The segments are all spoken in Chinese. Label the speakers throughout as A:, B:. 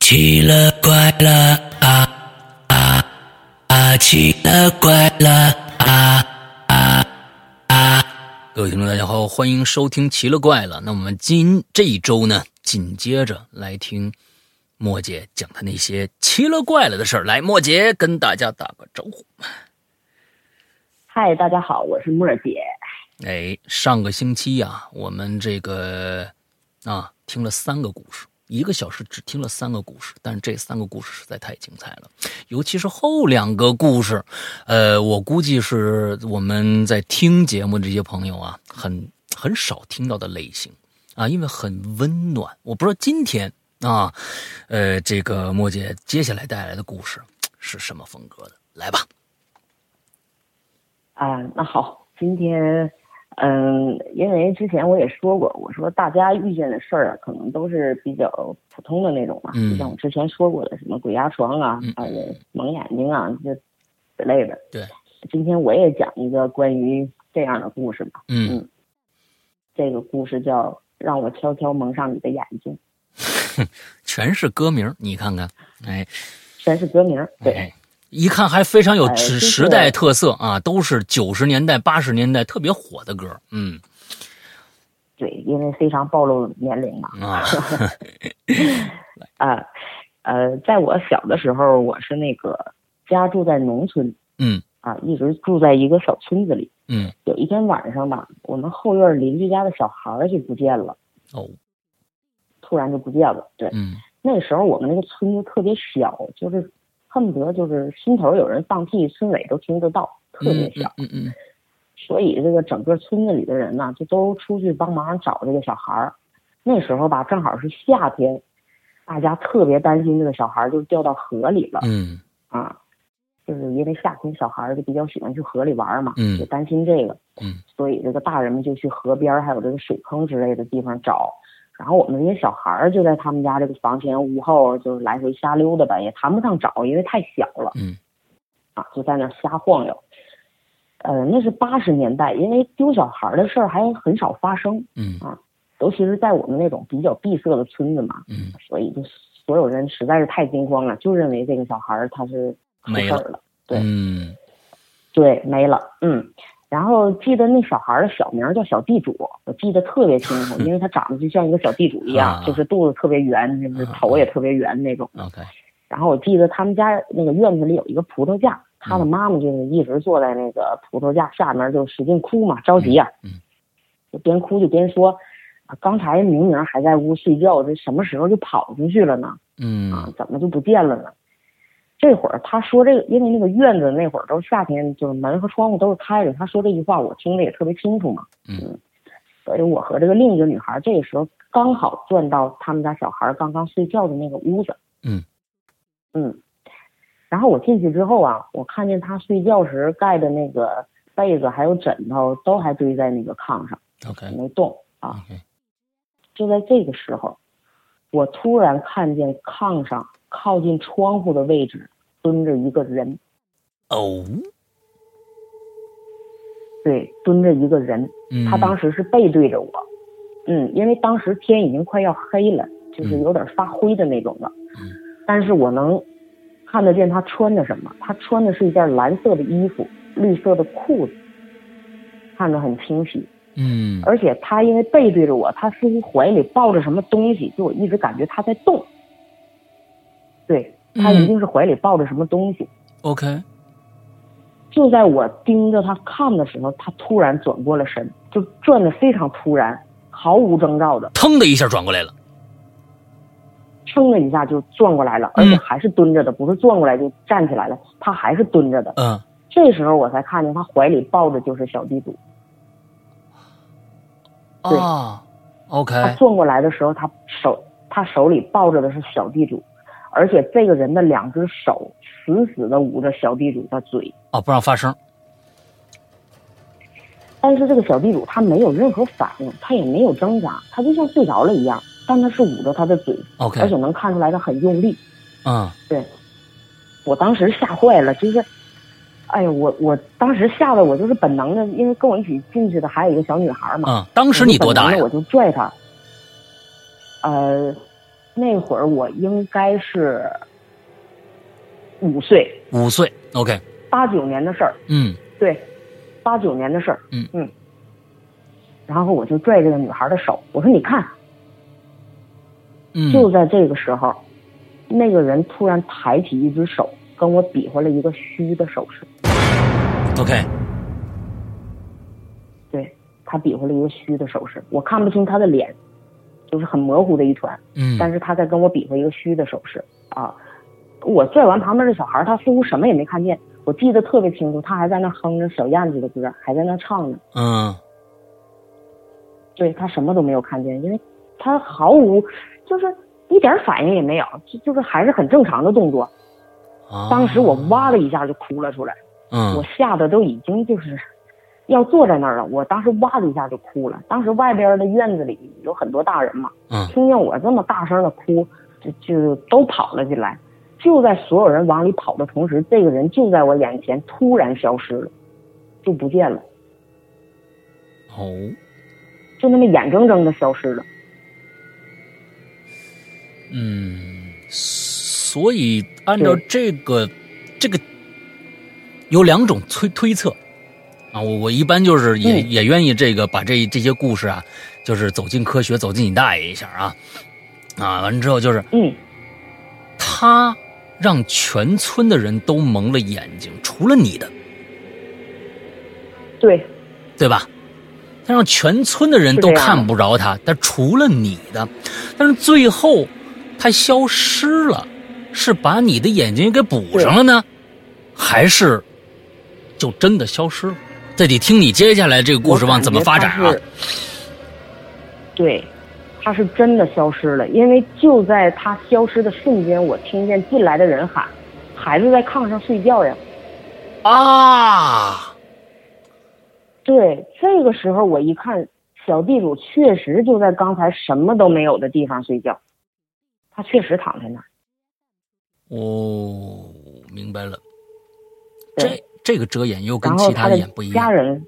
A: 奇了怪了啊啊啊！奇了怪了啊啊啊！各位听众，大家好，欢迎收听《奇了怪了》。那我们今这一周呢，紧接着来听莫姐讲她那些奇了怪了的事儿。来，莫姐跟大家打个招呼。
B: 嗨，大家好，我是莫姐。
A: 哎，上个星期呀、我们这个啊听了三个故事，一个小时只听了三个故事，但是这三个故事实在太精彩了，尤其是后两个故事，呃，我估计是我们在听节目的这些朋友啊，很很少听到的类型啊，因为很温暖。我不知道今天啊，呃，这个莫姐接下来带来的故事是什么风格的，来吧。
B: 啊，那好，今天，嗯，因为之前我也说过，我说大家遇见的事儿啊，可能都是比较普通的那种嘛，
A: 嗯
B: 就像我之前说过的，什么鬼压床啊
A: 嗯、
B: 啊、蒙眼睛啊，这之类的。
A: 对，
B: 今天我也讲一个关于这样的故事吧。
A: 嗯
B: 嗯这个故事叫《让我悄悄蒙上你的眼睛》，
A: 全是歌名，你看看，哎，
B: 全是歌名儿。对，
A: 哎，一看还非常有
B: 哎
A: 时
B: 就是
A: 时代特色啊，都是九十年代、八十年代特别火的歌，嗯
B: 对，因为非常暴露年龄嘛。
A: 啊，
B: 啊，呃，在我小的时候，我是那个家住在农村
A: 嗯
B: 啊，一直住在一个小村子里。
A: 嗯，
B: 有一天晚上吧，我们后院邻居家的小孩儿就不见了，
A: 哦，
B: 突然就不见了。对，
A: 嗯
B: 那时候我们那个村子特别小，就是恨不得就是村头有人放屁，村尾都听得到，特别
A: 嗯
B: 小。
A: 嗯嗯
B: 所以这个整个村子里的人呢、就都出去帮忙找这个小孩儿。那时候吧，正好是夏天，大家特别担心这个小孩儿就掉到河里了。
A: 嗯
B: 啊，就是因为夏天小孩儿就比较喜欢去河里玩儿嘛，
A: 嗯
B: 就担心这个，
A: 嗯，
B: 所以这个大人们就去河边儿还有这个水坑之类的地方找，然后我们这些小孩儿就在他们家这个房前屋后就来回瞎溜达吧，也谈不上找，因为太小了，
A: 嗯，
B: 啊，就在那儿瞎晃悠。呃，那是八十年代，因为丢小孩儿的事儿还很少发生，
A: 嗯
B: 尤其是在我们那种比较闭塞的村子嘛，
A: 嗯
B: 所以就所有人实在是太惊慌了，就认为这个小孩儿他是出
A: 没
B: 事儿了，对
A: 嗯
B: 对，没了，嗯。然后记得那小孩儿的小名儿叫小地主，我记得特别清 楚，因为他长得就像一个小地主一样，
A: 啊
B: 就是肚子特别圆，就是头也特别圆那种。
A: ，OK，
B: 然后我记得他们家那个院子里有一个葡萄架，他
A: 嗯
B: 的妈妈就是一直坐在那个葡萄架下面就使劲哭嘛，着急呀、
A: 嗯嗯
B: 就边哭就边说，啊刚才明明还在屋睡觉，这什么时候就跑出去了呢？啊
A: 嗯，
B: 怎么就不见了呢？这会儿他说这个，因为那个院子那会儿都是夏天，就是门和窗户都是开着。他说这句话我听得也特别清楚嘛，
A: 嗯，
B: 所以我和这个另一个女孩这个时候刚好转到他们家小孩刚刚睡觉的那个屋子，
A: 嗯，
B: 嗯，然后我进去之后啊，我看见他睡觉时盖的那个被子还有枕头都还堆在那个炕上
A: OK
B: 没动啊，
A: OK，
B: 就在这个时候，我突然看见炕上靠近窗户的位置蹲着一个人，
A: 哦，
B: 对，蹲着一个人。
A: 嗯，
B: 他当时是背对着我，嗯，因为当时天已经快要黑了，就是有点发灰的那种了。
A: 嗯
B: 但是我能看得见他穿的什么，他穿的是一件蓝色的衣服，绿色的裤子，看得很清晰。
A: 嗯
B: 而且他因为背对着我，他似乎怀里抱着什么东西，就我一直感觉他在动。对他
A: 嗯
B: 一定是怀里抱着什么东西。
A: OK，
B: 就在我盯着他看的时候，他突然转过了身，就转的非常突然，毫无征兆的，
A: 腾的一下转过来了，
B: 噌的一下就转过来了，而且还是蹲着的，不是转过来就站起来了，他还是蹲着的。
A: 嗯
B: 这时候我才看见他怀里抱的就是小地主。
A: 啊，OK，
B: 他转过来的时候，他手他手里抱着的是小地主，而且这个人的两只手死死的捂着小地主的嘴。
A: 哦，不让发声，
B: 但是这个小地主他没有任何反应，他也没有挣扎，他就像睡着了一样，但他是捂着他的嘴，
A: OK
B: 而且能看出来他很用力。
A: 嗯
B: 对，我当时吓坏了，就是，哎呀，我我当时吓得我就是本能的，因为跟我一起进去的还有一个小女孩嘛，
A: 嗯，当时你多大
B: 我
A: 呀
B: 就本能地我就拽他，呃，那会儿我应该是五岁，
A: 五岁，OK，
B: 八九年的事儿，
A: 嗯
B: 对，八九年的事儿，
A: 嗯
B: 嗯。然后我就拽这个女孩的手，我说：“你看，
A: 嗯，
B: 就在这个时候，那个人突然抬起一只手，跟我比划了一个虚的手势。
A: OK，
B: 对他比划了一个虚的手势，我看不清他的脸，就是很模糊的一团。
A: 嗯
B: 但是他在跟我比划一个虚的手势啊。我拽完旁边的小孩，他似乎什么也没看见，我记得特别清楚，他还在那哼着小燕子的歌，还在那唱呢。
A: 嗯
B: 对他什么都没有看见，因为他毫无，就是一点反应也没有，就就是还是很正常的动作。
A: 啊，
B: 当时我哇的一下就哭了出来，我
A: 嗯
B: 吓得都已经就是要坐在那儿了。我当时哇的一下就哭了。当时外边的院子里有很多大人嘛，
A: 嗯
B: 听见我这么大声的哭，就就都跑了进来。就在所有人往里跑的同时，这个人就在我眼前突然消失了，就不见了，
A: 哦，
B: 就那么眼睁睁的消失了。
A: 嗯，所以按照这个这个有两种推推测啊，我我一般就是也、
B: 嗯
A: 也愿意这个把这这些故事啊，就是走进科学，走进你大爷一下啊啊，完之后就是
B: 嗯，
A: 他让全村的人都蒙了眼睛，除了你的，
B: 对，
A: 对吧？他让全村的人都
B: 是这样的
A: 看不着他，但除了你的，但是最后他消失了，是把你的眼睛给补上了呢，还是就真的消失了？这得听你接下来这个故事往怎么发展
B: 我
A: 啊
B: 感觉？他是？对，他是真的消失了，因为就在他消失的瞬间，我听见进来的人喊：“孩子在炕上睡觉呀。”
A: 啊，
B: 对，这个时候我一看，小地主确实就在刚才什么都没有的地方睡觉，他确实躺在那儿。
A: 哦，明白了，
B: 对
A: 这这个遮掩又跟
B: 然后
A: 其他
B: 的
A: 的眼不一
B: 家
A: 样。
B: 人，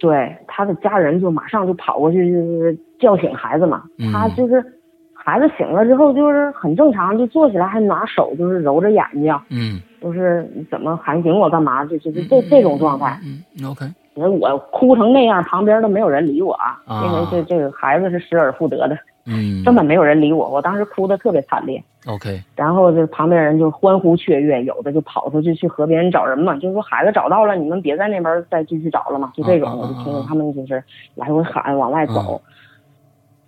B: 对他的家人就马上就跑过去，就是叫醒孩子嘛。
A: 嗯
B: 他就是孩子醒了之后，就是很正常，就坐起来，还拿手就是揉着眼睛，
A: 嗯
B: 就是你怎么喊醒我干嘛？就就是这这种状态。
A: 嗯，OK，
B: 因为我哭成那样，旁边都没有人理我啊，
A: 啊
B: 因为这这个孩子是失而复得的，
A: 嗯
B: 根本没有人理我。我当时哭的特别惨烈。
A: ，OK，
B: 然后就旁边人就欢呼雀跃，有的就跑出去去河边找人嘛，就说孩子找到了，你们别在那边再继续找了嘛，就这种，
A: 嗯嗯嗯
B: 我就听着他们就是来回喊往外走。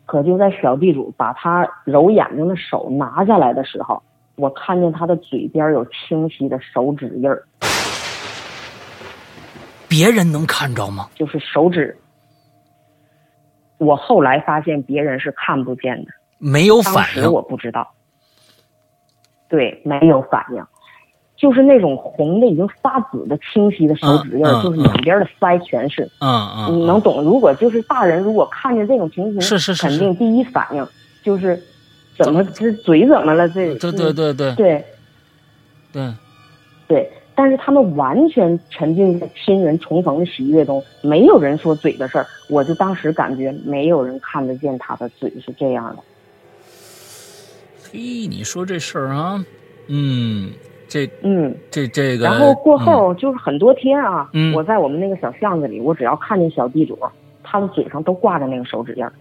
B: 可就在小地主把他揉眼睛的手拿下来的时候，我看见他的嘴边有清晰的手指印儿，
A: 别人能看着吗？
B: 就是手指。我后来发现别人是看不见的，
A: 没有
B: 当
A: 反
B: 时
A: 应。
B: 我不知道，对，没有反应，就是那种红的已经发紫的清晰的手指印儿，
A: 嗯嗯
B: 就是两边的腮全是，
A: 嗯嗯，
B: 你能懂？如果就是大人如果看见这种情形，
A: 是是是
B: 肯
A: 是
B: 定第一反应就是怎么这嘴怎么了？这嗯
A: 对对对对
B: 对
A: 对，
B: 对，但是他们完全沉浸在亲人重逢的喜悦中，没有人说嘴的事儿。我就当时感觉没有人看得见他的嘴是这样的。
A: 嘿，你说这事儿啊，嗯，这
B: 嗯，
A: 这这个，
B: 然后过后就是很多天啊，
A: 呃嗯
B: 我在我们那个小巷子里，我只要看见小地主，他的嘴上都挂着那个手指印儿。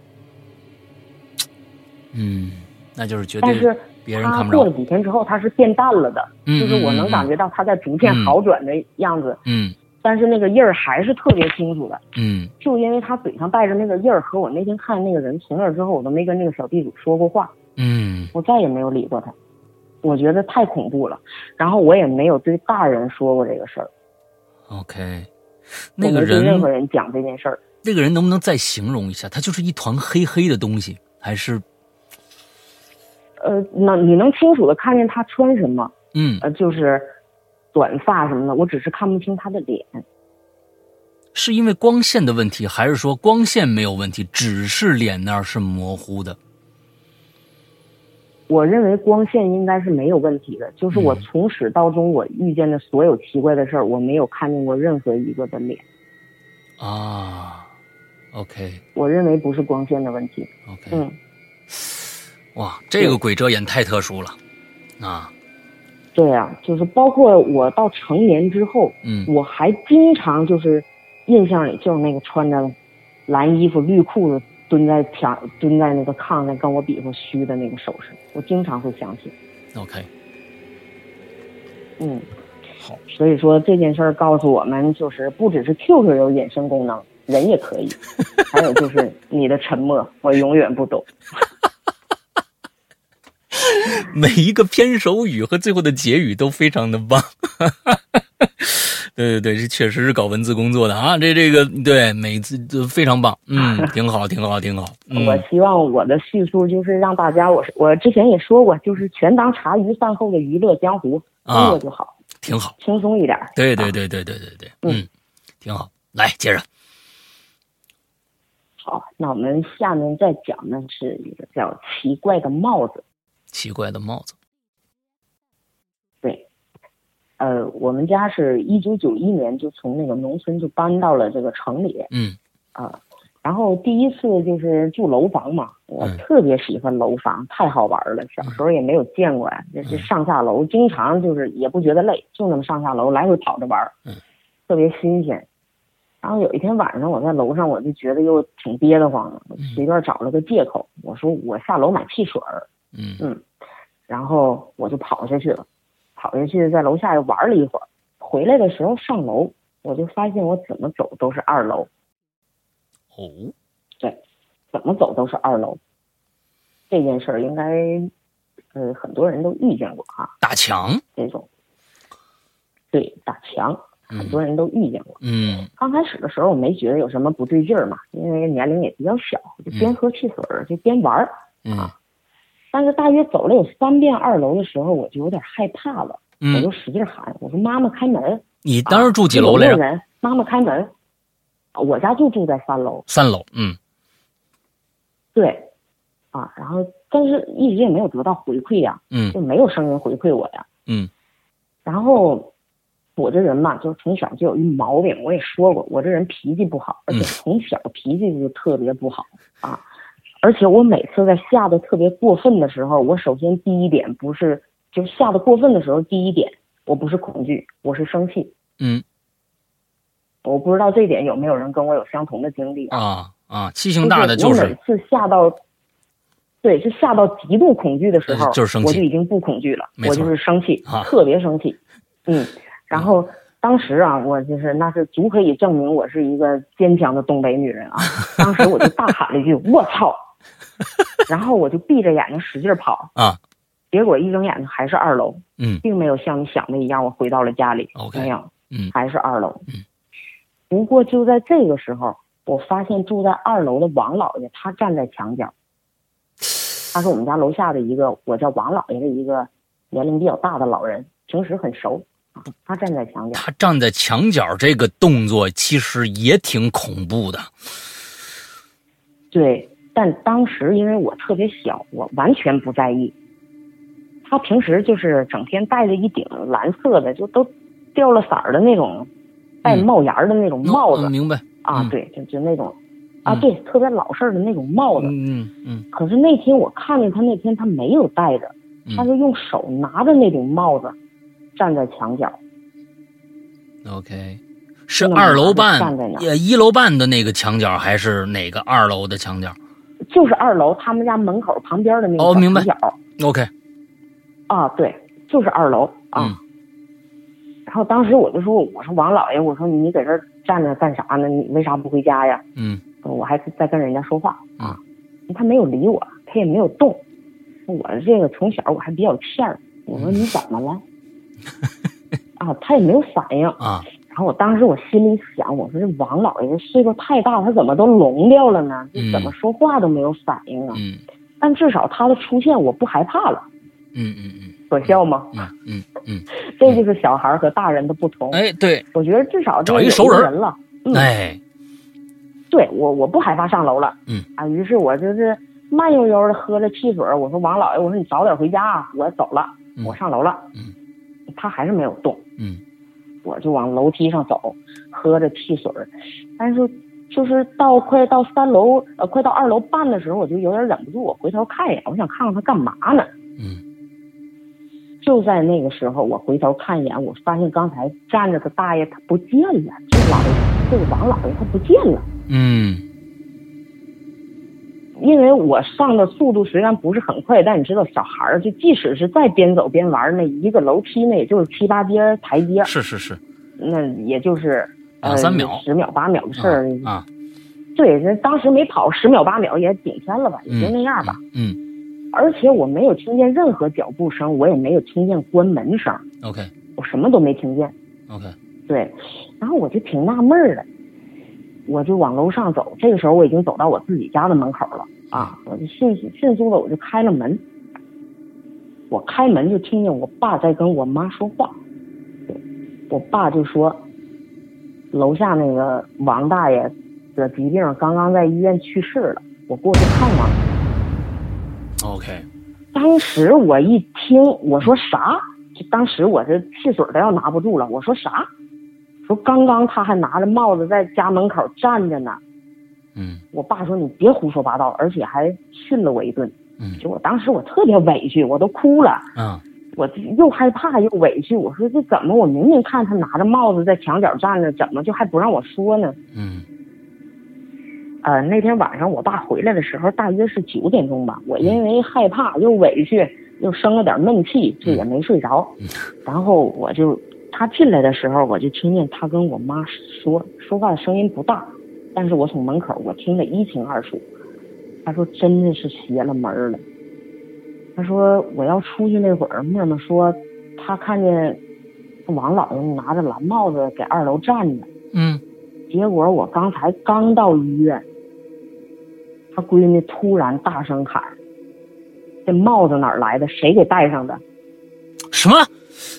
A: 嗯，嗯，那就是绝
B: 但
A: 对
B: 是
A: 别人
B: 他
A: 看不
B: 过了
A: 着，
B: 几天之后，他是变淡了的，
A: 嗯
B: 就是我能感觉到他在逐渐好转的样子，
A: 嗯
B: 但是那个印儿还是特别清楚的。
A: 嗯
B: 就因为他嘴上带着那个印儿，和我那天看那个人从那儿之后，我都没跟那个小地主说过话，
A: 嗯
B: 我再也没有理过他。我觉得太恐怖了，然后我也没有对大人说过这个事儿，
A: ，OK，
B: 我
A: 那个
B: 没跟任
A: 人
B: 何人讲这件事儿。
A: 那个人能不能再形容一下？他就是一团黑黑的东西，还是
B: 呃，能你能清楚的看见他穿什么，
A: 嗯
B: 呃，就是短发什么的，我只是看不清他的脸。
A: 是因为光线的问题，还是说光线没有问题，只是脸那儿是模糊的？
B: 我认为光线应该是没有问题的，就是我
A: 嗯
B: 从始到终我遇见的所有奇怪的事儿，我没有看见过任何一个的脸。
A: 啊？OK
B: 我认为不是光线的问题。
A: OK，
B: 嗯，
A: 哇，这个鬼遮眼太特殊了，啊，
B: 对啊，就是包括我到成年之后，
A: 嗯
B: 我还经常就是印象里就是那个穿着蓝衣服绿裤子蹲在墙蹲在那个炕上跟我比划虚的那个手势，我经常会想起。
A: ，OK，
B: 嗯，
A: 好，
B: 所以说这件事儿告诉我们，就是不只是 QQ 有隐身功能，人也 可以。还有就是你的沉默，我永远不懂。
A: 每一个片首语和最后的结语都非常的棒。 对对对，这确实是搞文字工作的啊，这这个对，每次都非常棒，嗯， 挺好，挺好，挺好，嗯
B: 我希望我的叙述就是让大家，我是我之前也说过，就是全当茶余饭后的娱乐江湖，
A: 啊
B: 娱乐就好，
A: 挺好，
B: 轻松一点。
A: 对对对对对对对，嗯，挺好，来接着，
B: 好，那我们下面再讲的是一个叫奇怪的帽子。
A: 奇怪的帽子，
B: 对，呃，我们家是一九九一年就从那个农村就搬到了这个城里，
A: 嗯
B: 啊，然后第一次就是住楼房嘛，我
A: 嗯
B: 特别喜欢楼房，太好玩了。小时候也没有见过呀，这这上下楼，经常就是也不觉得累，就那么上下楼来回跑着玩，
A: 嗯，
B: 特别新鲜。然后有一天晚上，我在楼上，我就觉得又挺憋得慌的，我随便找了个借口，我说我下楼买汽水儿，
A: 嗯
B: 然后我就跑下去了，跑下去在楼下又玩了一会儿，回来的时候上楼，我就发现我怎么走都是二楼，
A: 哦，
B: 怎么走都是二楼。这件事儿应该，呃，很多人都遇见过哈，
A: 大墙，
B: 这种，对，打墙，很多人都遇见过。
A: 嗯
B: 刚开始的时候我没觉得有什么不对劲儿嘛，因为年龄也比较小，就边喝汽水儿就边玩儿。
A: 嗯
B: 但是大约走了有三遍二楼的时候，我就有点害怕了，我
A: 嗯，
B: 就使劲喊，我说妈妈开门。
A: 你当时住几啊楼
B: 有
A: 来
B: 没有
A: 着？
B: 人，妈妈开门。我家就住在三楼，
A: 三楼，嗯
B: 对，啊，然后但是一直也没有得到回馈啊呀、
A: 嗯
B: 就没有声音回馈我呀。
A: 嗯
B: 然后我这人嘛，就是从小就有一毛病，我也说过，我这人脾气不好，而且
A: 嗯
B: 从小脾气就特别不好啊。而且我每次在吓得特别过分的时候，我首先第一点不是，就是吓得过分的时候，第一点我不是恐惧，我是生气。
A: 嗯
B: 我不知道这一点有没有人跟我有相同的经历啊？
A: 啊啊，气性大的就
B: 我每
A: 是
B: 次吓到，对，就吓到极度恐惧的时候，
A: 呃就是生气
B: 我就已经不恐惧了，
A: 没
B: 我
A: 错
B: 就是生气，
A: 啊
B: 特别生 气，嗯，然后。当时啊，我就是那是足可以证明我是一个坚强的东北女人啊！当时我就大喊了一句“我操”，然后我就闭着眼睛使劲跑，
A: 啊，
B: 结果一睁眼睛还是二楼，
A: 嗯
B: 并没有像你想的一样，我回到了家里
A: OK
B: 没有，
A: 嗯
B: 还是二楼。
A: 嗯，
B: 不过就在这个时候，我发现住在二楼的王老爷，他站在墙角，他是我们家楼下的一个，我叫王老爷的一个年龄比较大的老人，平时很熟啊，他站在墙角，
A: 他站在墙角这个动作其实也挺恐怖的，
B: 对，但当时因为我特别小，我完全不在意。他平时就是整天戴着一顶蓝色的，就都掉了色儿的那种，带
A: 嗯
B: 帽檐儿的那种帽子，
A: 嗯明白，
B: 啊，
A: 嗯
B: 对，就就那种，啊，
A: 嗯
B: 对，特别老式儿的那种帽子。
A: 嗯嗯
B: 可是那天我看见他那天他没有戴着，他
A: 嗯
B: 是用手拿着那顶帽子，站在墙角。
A: 嗯，OK，是二楼半
B: 站在那儿
A: 呃一楼半的那个墙角还是哪个二楼的墙角
B: 就是二楼他们家门口旁边的那个
A: 哦明白
B: 小墙角
A: ？OK，
B: 啊，对，就是二楼啊。
A: 嗯
B: 然后当时我就说，我说王老爷，我说你搁这儿站着干啥呢？你为啥不回家呀？
A: 嗯
B: 我还在跟人家说话
A: 嗯
B: 啊，他没有理我，他也没有动。我这个从小我还比较欠儿，我说你怎么了？ 啊，他也没有反应。
A: 啊
B: 然后我当时我心里想，我说这王老爷这岁数太大，他怎么都聋掉了呢？
A: 嗯
B: 就怎么说话都没有反应啊？
A: 嗯
B: 但至少他的出现，我不害怕了。
A: 嗯嗯
B: 可笑吗？
A: 嗯嗯
B: 哦
A: 嗯
B: 这就是小孩儿和大人的不同
A: 嗯，。哎对，
B: 我觉得至少这
A: 找一
B: 有
A: 熟
B: 个
A: 人儿
B: 人了。嗯，
A: 哎
B: 对我我不害怕上楼了，
A: 嗯
B: 啊，于是我就是慢悠悠的喝了汽水儿，我说王老爷，我说你早点回家啊，我走了，
A: 嗯
B: 我上楼了，
A: 嗯，
B: 他还是没有动，
A: 嗯
B: 我就往楼梯上走，喝着汽水儿，但是就是到快到三楼，呃，快到二楼半的时候，我就有点忍不住，我回头看一眼，我想看看他干嘛呢。
A: 嗯
B: 就在那个时候，我回头看一眼，我发现刚才站着的大爷他不见了，这老爷这个王老爷他不见了。
A: 嗯
B: 因为我上的速度虽然不是很快，但你知道小孩儿就即使是再边走边玩儿，那一个楼梯那也就是七八阶台阶，
A: 是是是
B: 那也就是呃
A: 两啊三秒
B: 十、10秒八秒的事儿。
A: 啊啊
B: 对，那当时没跑十秒八秒也顶天了吧，也
A: 嗯
B: 就那样吧。
A: 嗯
B: 而且我没有听见任何脚步声，我也没有听见关门声，
A: OK
B: 我什么都没听见。
A: OK
B: 对，然后我就挺纳闷儿的，我就往楼上走。这个时候我已经走到我自己家的门口了啊，我就迅速迅速的我就开了门。我开门就听见我爸在跟我妈说话，对我爸就说，楼下那个王大爷的疾病刚刚在医院去世了，我过去看望。
A: OK
B: 当时我一听，我说啥？就当时我这汽水都要拿不住了。我说啥？说刚刚他还拿着帽子在家门口站着呢。
A: 嗯
B: 我爸说你别胡说八道，而且还训了我一顿。
A: 嗯
B: 就我当时我特别委屈，我都哭了，
A: 啊
B: 我又害怕又委屈。我说这怎么？我明明看他拿着帽子在墙角站着，怎么就还不让我说呢？
A: 嗯
B: 呃，那天晚上我爸回来的时候大约是九点钟吧，我因为害怕又委屈又生了点闷气，这也没睡着。 然后我就他进来的时候，我就听见他跟我妈说说话的声音不大，但是我从门口我听得一清二楚。他说真的是邪了门儿了。他说我要出去那会儿，默默说他看见王老爷拿着蓝帽子给二楼站着。
A: 嗯
B: 结果我刚才刚到医院，他闺女突然大声喊：“这帽子哪儿来的？谁给戴上的
A: 什么？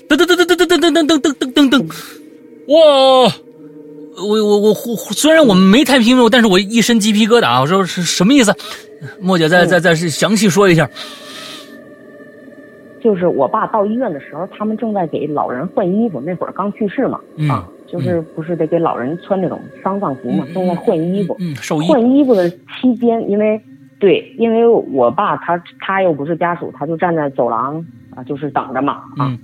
A: 噔噔噔噔噔噔噔噔噔噔噔噔噔，哇！我我我忽虽然我们没太听懂，但是我一身鸡皮疙瘩。我说是什么意思？莫姐再
B: 嗯
A: 再再详细说一下。？”
B: 就是我爸到医院的时候，他们正在给老人换衣服，那会儿刚去世嘛，
A: 嗯
B: 啊，就是不是得给老人穿那种丧葬服嘛，正在换衣服。
A: 嗯，兽医。
B: 换衣服的期间，因为对，因为我爸他他又不是家属，他就站在走廊啊，就是等着嘛啊。
A: 嗯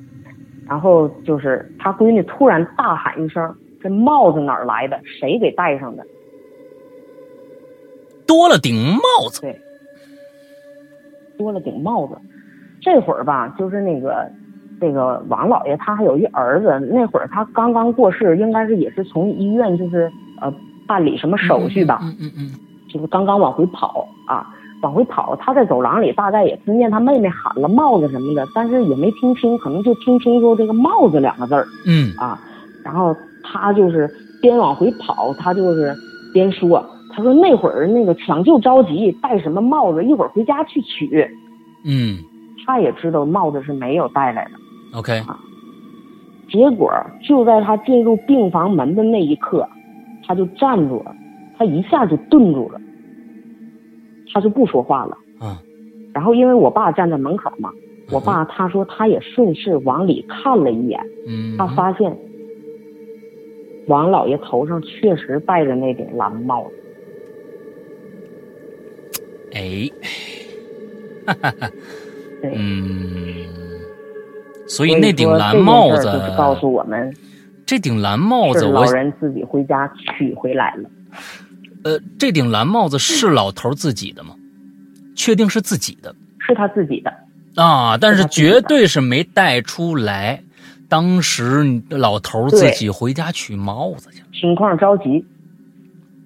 B: 然后就是他闺女突然大喊一声：“这帽子哪儿来的？谁给戴上的
A: 多了顶帽子。？”
B: 多了顶帽子。这会儿吧，就是那个这个王老爷他还有一儿子，那会儿他刚刚过世，应该是也是从医院就是呃办理什么手续吧，
A: 嗯嗯嗯
B: 就是刚刚往回跑啊，往回跑。他在走廊里大概也听见他妹妹喊了帽子什么的，但是也没听清，可能就听清楚这个帽子两个字儿。
A: 嗯
B: 啊，然后他就是边往回跑，他就是边说，他说那会儿那个抢救着急，戴什么帽子，一会儿回家去取。
A: 嗯
B: 他也知道帽子是没有带来的。
A: 嗯，OK，
B: 结果就在他进入病房门的那一刻，他就站住了，他一下就顿住了，他就不说话了。
A: 啊，
B: 然后因为我爸站在门口嘛，我爸他说他也顺势往里看了一眼，
A: 嗯，
B: 他发现王老爷头上确实戴着那顶蓝帽子。
A: 哎，
B: 对，
A: 嗯，所
B: 所
A: 以
B: 以
A: 那顶蓝帽
B: 说这
A: 子
B: 件事儿，就是告诉我们
A: 这顶蓝帽
B: 是
A: 子，
B: 老
A: 我
B: 人自己回家取回来了。
A: 呃，这顶蓝帽子是老头自己的吗？确定是自己的
B: 是他自己的，
A: 啊，但是
B: 是他自己的
A: 绝对是没带出来。当时老头自己回家取帽子去了，
B: 情况着急，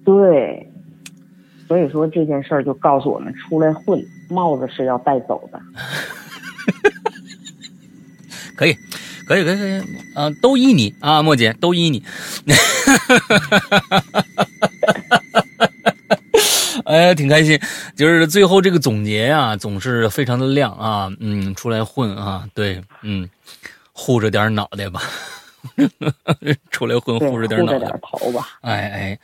B: 对，所以说这件事儿就告诉我们，出来混，帽子是要带走的。
A: 可以，可以，可以，可以，啊、都依你啊，莫姐，都依你。哎，挺开心，就是最后这个总结啊，总是非常的亮啊，嗯，出来混啊，对，嗯，护着点脑袋吧， 出来混，
B: 对，
A: 护
B: 护
A: 着
B: 着
A: 点脑
B: 点
A: 袋吧，
B: 儿头吧。
A: 哎哎，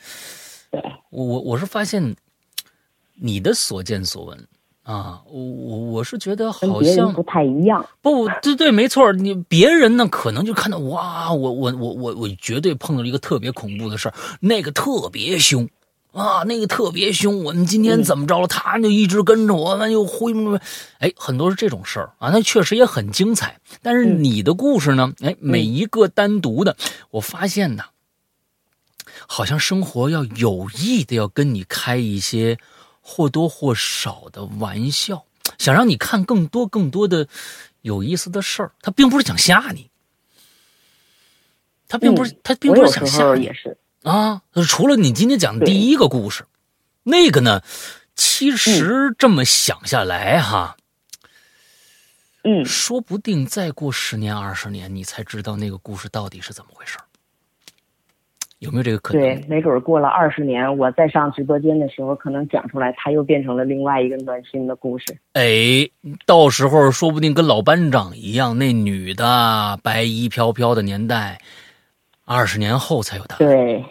B: 对，
A: 我我我是发现你的所见所闻啊，我我我是觉得
B: 跟
A: 好
B: 别人
A: 像
B: 不太一样。
A: 不，对对，没错儿。你别人呢，可能就看到哇，我我我我我绝对碰到了一个特别恐怖的事儿，那个特别凶啊，那个特别凶。我们今天怎么着了？他就一直跟着我们，又挥。哎，很多是这种事儿啊，那确实也很精彩。但是
B: 嗯
A: 你的故事呢？哎，每一个单独的，我发现呢，好像生活要有意的要跟你开一些或多或少的玩笑，想让你看更多更多的有意思的事儿。他并不是想吓你，他并不是、
B: 嗯
A: 他并
B: 我
A: 不
B: 有
A: 是想
B: 时
A: 吓
B: 候
A: 你
B: 也。是，
A: 啊，除了你今天讲的
B: 对
A: 第一个故事，那个呢，其实这么想下来哈，
B: 嗯，
A: 说不定再过十年二十年，你才知道那个故事到底是怎么回事儿有没有这个可
B: 对
A: 能？，
B: 没准儿过了二十年，我再上直播间的时候，可能讲出来，它又变成了另外一个暖心的故事。
A: 哎，到时候说不定跟老班长一样，那女的白衣飘飘的年代，二十年后才有答案
B: 对，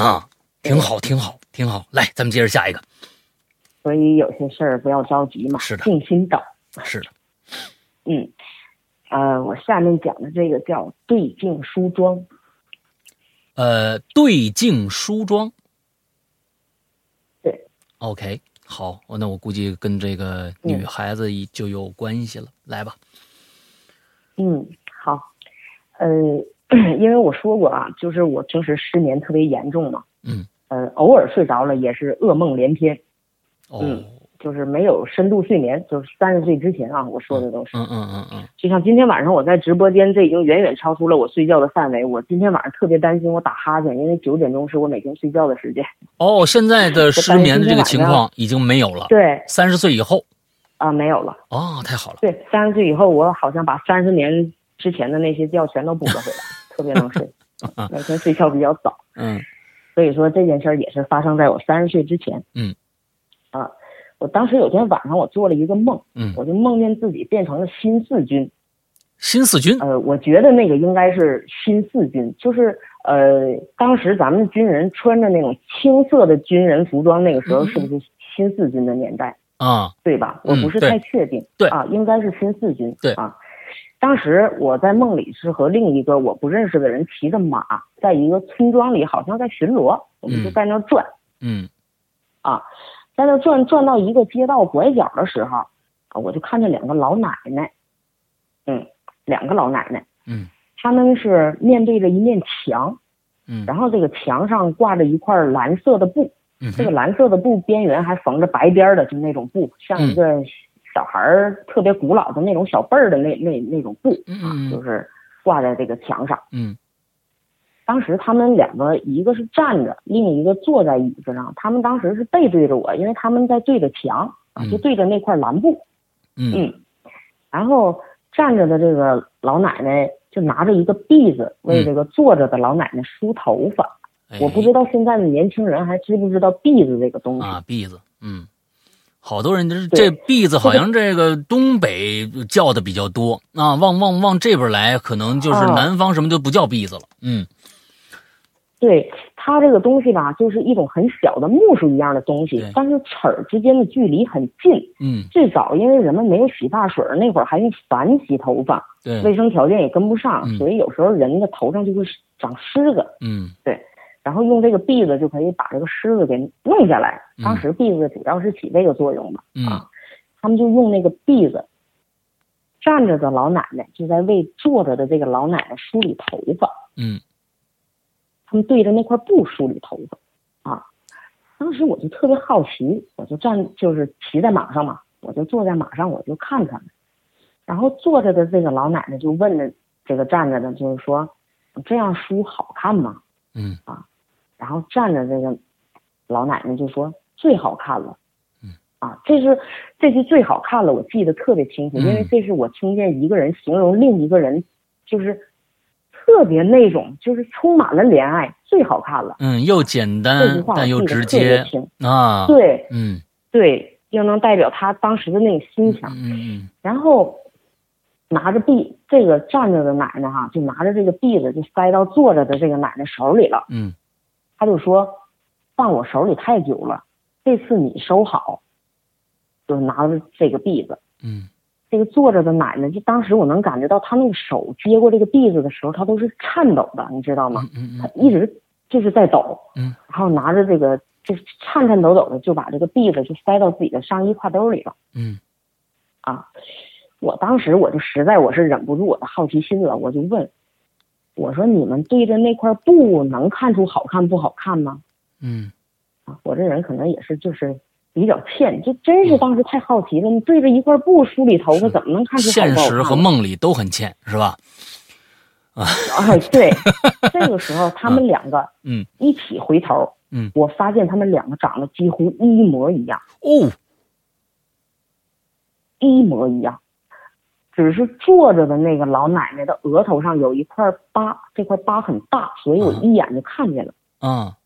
A: 啊，挺好，挺好，挺好。来，咱们接着下一个。
B: 所以有些事儿不要着急嘛，
A: 是的
B: 静心等。
A: 是的，
B: 嗯，呃，我下面讲的这个叫对镜梳妆，
A: 呃，对镜梳妆。
B: 对，
A: OK，好，那我估计跟这个女孩子一就有关系了。来吧，
B: 嗯，好，呃， 因为我说过啊，就是我平时失眠特别严重嘛，
A: 嗯，
B: 呃，偶尔睡着了也是噩梦连篇，
A: 哦，
B: 嗯
A: 嗯
B: 就是没有深度睡眠，就是三十岁之前啊，我说的都是。
A: 嗯嗯嗯，
B: 就像今天晚上我在直播间，这已经远远超出了我睡觉的范围。我今天晚上特别担心我打哈欠，因为九点钟是我每天睡觉的时间。
A: 哦，现在的失眠的这个情况已经没有了，
B: 对，
A: 三十岁以后，
B: 啊、没有了。
A: 哦，太好了，
B: 对，三十岁以后，我好像把三十年之前的那些觉全都补了回来，特别能睡，每天睡觉比较早。
A: 嗯
B: 所以说这件事儿也是发生在我三十岁之前。
A: 嗯，
B: 啊，我当时有天晚上我做了一个梦，
A: 嗯，
B: 我就梦见自己变成了新四军。
A: 新四军，
B: 呃，我觉得那个应该是新四军，就是呃，当时咱们军人穿着那种青色的军人服装，那个时候是不是新四军的年代？
A: 啊，
B: 对吧？我
A: 嗯
B: 不是
A: 对
B: 太确定，
A: 对
B: 啊，应该是新四军，
A: 对
B: 啊。当时我在梦里是和另一个我不认识的人骑着马，在一个村庄里，好像在巡逻，我们就
A: 嗯
B: 在那儿转，
A: 嗯
B: 在那儿转转到一个街道拐角的时候，啊我就看见两个老奶奶，嗯，两个老奶奶，
A: 嗯
B: 他们是面对着一面墙，
A: 嗯
B: 然后这个墙上挂着一块蓝色的布，
A: 嗯
B: 这个
A: 哼，
B: 蓝色的布边缘还缝着白边儿的，就那种布，像
A: 嗯
B: 一个小孩儿特别古老的那种小被儿的那那那种布
A: 嗯
B: 啊
A: 嗯，
B: 就是挂在这个墙上。
A: 嗯
B: 当时他们两个，一个是站着，另一个坐在椅子上。他们当时是背对着我，因为他们在对着墙啊，
A: 嗯
B: 就对着那块蓝布。
A: 嗯
B: 嗯，然后站着的这个老奶奶就拿着一个篦子为这个坐着的老奶奶梳头发。
A: 嗯，
B: 我不知道现在的年轻人还知不知道篦子这个东西。
A: 啊，篦子，嗯，好多人就是这
B: 对
A: 篦子，好像这个东北叫的比较多啊，往往往这边来，可能就是
B: 哦
A: 南方什么就不叫篦子了，嗯
B: 对它这个东西吧，就是一种很小的木梳一样的东西
A: 对，
B: 但是齿儿之间的距离很近。
A: 嗯，
B: 最早因为人们没有洗发水儿，那会儿还用矾洗头发，卫
A: 对，
B: 生条件也跟不上，
A: 嗯
B: 所以有时候人的头上就会长虱子，
A: 嗯
B: 然后用这个篦子就可以把这个虱子给弄下来。
A: 嗯
B: 当时篦子主要是起这个作用吧，
A: 嗯
B: 啊他们就用那个篦子。站着的老奶奶就在为坐着的这个老奶奶梳理头发，
A: 嗯
B: 他们对着那块布梳理头发啊。当时我就特别好奇，我就站就是骑在马上嘛，我就坐在马上，我就看他们。然后坐着的这个老奶奶就问着这个站着的，就是说这样梳好看吗？
A: 嗯
B: 然后站着这个老奶奶就说最好看了
A: 嗯。
B: 啊，这是这句最好看了，我记得特别清楚，因为
A: 嗯
B: 这是我听见一个人形容另一个人，就是特别那种，就是充满了怜爱，最好看了。
A: 嗯，又简
B: 这句
A: 单
B: 话我
A: 但又
B: 记得
A: 直
B: 特别
A: 接
B: 清。
A: 啊，
B: 对
A: 嗯
B: 对，又能代表他当时的那种心情。
A: 嗯
B: 然后拿着币，这个站着的奶奶哈、就拿着这个币子就塞到坐着的这个奶奶手里了。
A: 嗯
B: 他就说：“放我手里太久了，这次你收好。”就拿着这个币子。
A: 嗯
B: 这个坐着的奶奶，就当时我能感觉到她那个手接过这个篦子的时候，她都是颤抖的，你知道吗？
A: 嗯嗯
B: 她一直就是在抖，
A: 嗯，
B: 然后拿着这个就是颤颤抖抖的就把这个篦子就塞到自己的上衣挎兜里了
A: 嗯
B: 啊。我当时我就实在我是忍不住我的好奇心了，我就问，我说你们对着那块布能看出好看不好看吗？
A: 嗯
B: 啊，我这人可能也是就是比较欠，就真是当时太好奇了。你对着一块布梳理头发，怎么能看出好不
A: 现
B: 好看
A: 实和梦里都很欠，是吧？
B: 哎，对，这个时候他们两个
A: 嗯
B: 一起回头，
A: 嗯
B: 我发现他们两个长得几乎一模一样，
A: 哦，
B: 一模一样，只是坐着的那个老奶奶的额头上有一块疤，这块疤很大，所以我一眼就看见了、
A: 啊，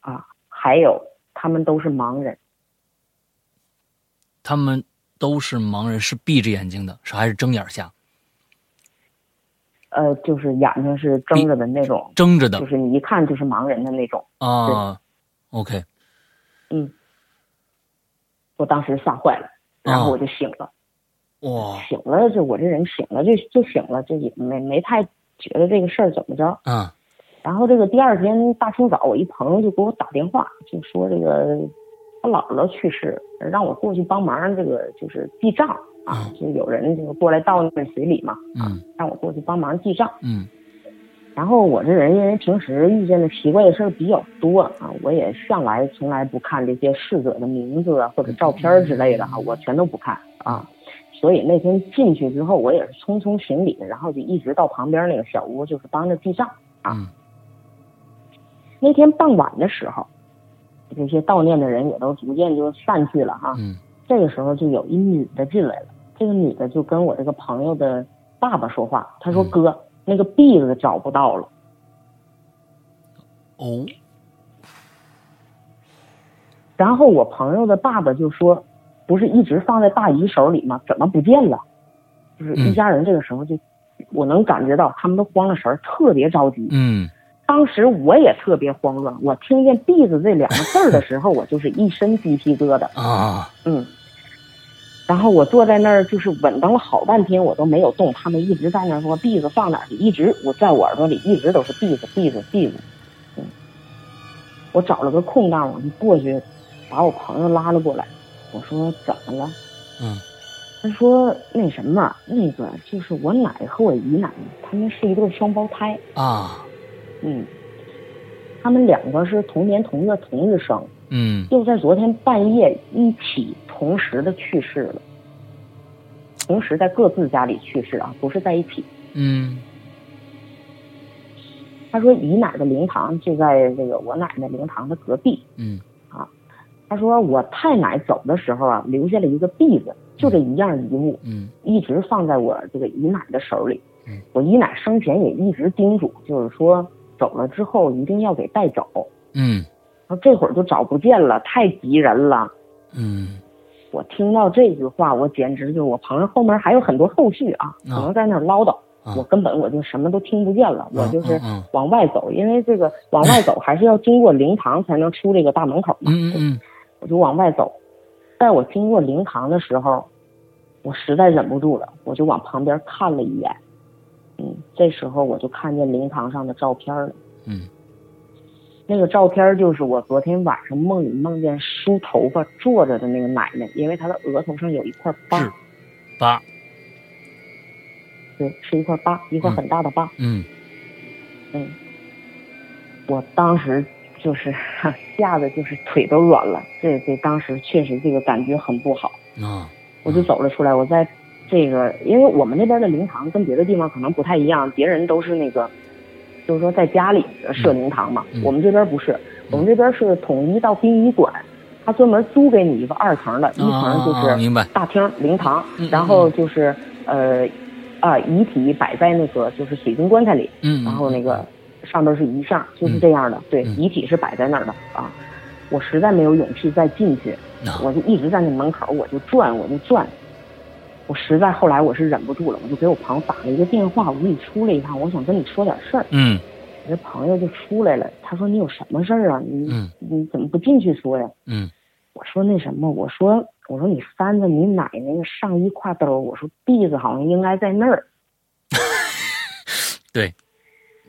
B: 啊。还有，他们都是盲人，
A: 他们都是盲人，是闭着眼睛的，是还是睁眼瞎？
B: 呃，就是眼睛是睁着的那种，
A: 睁着的
B: 就是你一看就是盲人的那种。
A: 啊。OK，
B: 嗯，我当时吓坏了，然后我就醒了，
A: 哇，
B: 醒了就我这人醒了就就醒了，就也没没太觉得这个事儿怎么着。
A: 嗯
B: 然后这个第二天大清早，我一朋友就给我打电话，就说这个他姥姥去世，让我过去帮忙，这个就是记账啊
A: 嗯，
B: 就有人就过来倒那水里嘛，
A: 嗯
B: 让我过去帮忙记账。
A: 嗯
B: 然后我这人因为平时遇见的奇怪的事儿比较多啊，我也向来从来不看这些逝者的名字啊或者照片儿之类的哈、我全都不看啊。所以那天进去之后，我也是匆匆行礼，然后就一直到旁边那个小屋，就是帮着记账。
A: 嗯
B: 那天傍晚的时候，这些悼念的人也都逐渐就散去了哈、
A: 嗯
B: 这个时候就有一女的进来了，这个女的就跟我这个朋友的爸爸说话，她说：“
A: 嗯
B: 哥，那个篦子找不到了。”
A: 哦，
B: 然后我朋友的爸爸就说：“不是一直放在大姨手里吗？怎么不见了？”就是一家人这个时候就，我能感觉到他们都慌了神儿，特别着急。
A: 嗯
B: 当时我也特别慌乱，我听见“篦子”这两个字儿的时候，我就是一身鸡皮疙瘩。
A: 啊，
B: 嗯，然后我坐在那儿就是稳当了好半天，我都没有动。他们一直在那儿说篦子放哪儿去，一直我在我耳朵里一直都是篦子篦子篦子。嗯，我找了个空档，我就过去把我朋友拉了过来。我说怎么了？
A: 嗯
B: 他说那什么，那个就是我奶和我姨奶，他们是一对双胞胎。
A: 啊，
B: 嗯，他们两个是同年同月同日生，
A: 嗯，
B: 又在昨天半夜一起同时的去世了，同时在各自家里去世啊，不是在一起。
A: 嗯
B: 他说姨奶的灵堂就在这个我奶奶灵堂的隔壁。
A: 嗯
B: 他说我太奶走的时候啊，留下了一个篦子，就这一样遗物，
A: 嗯
B: 一直放在我这个姨奶的手里
A: 嗯。
B: 我姨奶生前也一直叮嘱，就是说走了之后一定要给带走。
A: 嗯
B: 然后这会儿就找不见了，太急人了。
A: 嗯
B: 我听到这句话，我简直就我朋友后面还有很多后续啊，
A: 啊
B: 可能在那儿唠叨，
A: 啊
B: 我根本我就什么都听不见了，我就是
A: 嗯嗯嗯
B: 往外走，因为这个往外走还是要经过灵堂才能出这个大门口嘛，
A: 嗯嗯
B: 我就往外走。在我经过灵堂的时候，我实在忍不住了，我就往旁边看了一眼，嗯，这时候我就看见灵堂上的照片了。
A: 嗯
B: 那个照片就是我昨天晚上梦里梦见梳头发坐着的那个奶奶，因为她的额头上有一块疤，
A: 是八，
B: 对，是一块疤，一块很大的疤。
A: 嗯
B: 嗯，我当时就是吓得就是腿都软了，这这当时确实这个感觉很不好，
A: 啊，
B: 我就走了出来。我在这个，因为我们那边的灵堂跟别的地方可能不太一样，别人都是那个，就是说在家里设灵堂嘛，
A: 嗯嗯
B: 我们这边不是，我们这边是统一到殡仪馆，他专门租给你一个二层的，一层就
A: 啊啊啊
B: 是
A: 明白
B: 大厅灵堂
A: 嗯嗯，
B: 然后就是呃啊遗体摆在那个就是水晶棺材里，
A: 嗯，
B: 然后那个上面是遗像，就是这样的，对，
A: 嗯
B: 遗体是摆在那儿的啊。我实在没有勇气再进去，
A: 啊
B: 我就一直在那门口，我就转，我就转。我实在后来我是忍不住了，我就给我朋友打了一个电话，我说你出来一趟，我想跟你说点事儿。
A: 嗯
B: 我这朋友就出来了，他说你有什么事儿啊？你、
A: 嗯
B: 你怎么不进去说呀？
A: 嗯
B: 我说那什么，我说我说你翻翻你奶奶的上衣挎兜，我说篦子好像应该在那儿。
A: 对，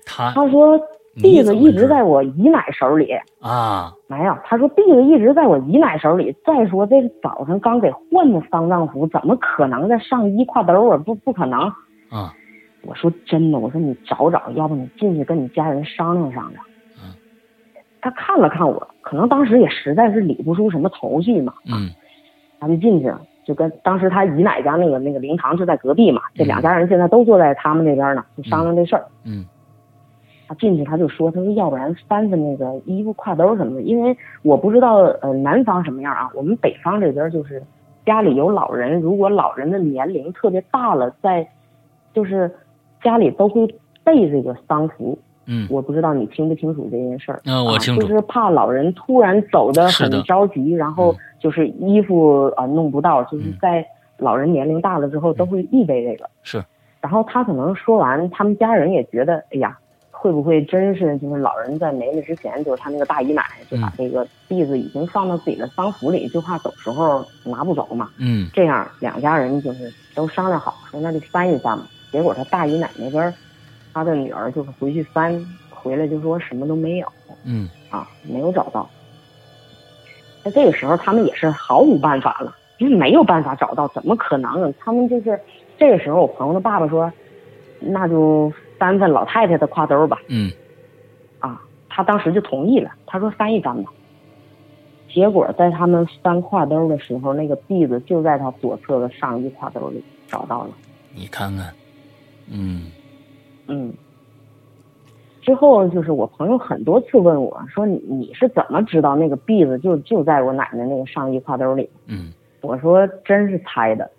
A: 他嗯
B: 他说篦子一直在我姨奶手里。
A: 啊，
B: 没有，他说篦子一直在我姨奶手里。再说这个早上刚给换的丧葬服，怎么可能再上衣挎兜啊？不不可能！
A: 啊，
B: 我说真的，我说你找找，要不你进去跟你家人商量商量。
A: 嗯
B: 他看了看我，可能当时也实在是理不出什么头绪嘛，
A: 嗯
B: 他就进去了，就跟当时他姨奶家那个那个灵堂就在隔壁嘛，这两家人现在都坐在他们那边呢，就商量这事儿。
A: 嗯
B: 他进去他就说，他说要不然翻翻那个衣服挎兜什么的，因为我不知道呃南方什么样啊，我们北方这边就是家里有老人，如果老人的年龄特别大了，在就是家里都会备这个丧服，
A: 嗯，
B: 我不知道你清不清楚这件事儿。
A: 那嗯我清
B: 啊，
A: 楚
B: 就，是怕老人突然走得
A: 是
B: 很
A: 的
B: 着急，然后就是衣服啊、弄不到，就是
A: 嗯
B: 在老人年龄大了之后都会预备这个。
A: 是
B: 然后他可能说完，他们家人也觉得，哎呀，会不会真是就是老人在没了之前，就是他那个大姨奶就把
A: 嗯
B: 这个篦子已经放到自己的丧服里，就怕走时候拿不走嘛。
A: 嗯
B: 这样两家人就是都商量好，说那就翻一翻吧。结果他大姨奶那边儿，他的女儿就是回去翻，回来就说什么都没有
A: 嗯
B: 啊，没有找到。那这个时候他们也是毫无办法了，因为没有办法找到，怎么可能？啊他们就是这个时候，我朋友的爸爸说，那就翻翻老太太的挎兜吧。
A: 嗯
B: 啊，他当时就同意了，他说翻一翻吧。结果在他们翻挎兜的时候，那个篦子就在他左侧的上衣挎兜里找到了。
A: 你看看，嗯
B: 嗯，之后就是我朋友很多次问我说你你是怎么知道那个篦子就就在我奶奶那个上衣挎兜里？
A: 嗯
B: 我说真是猜的。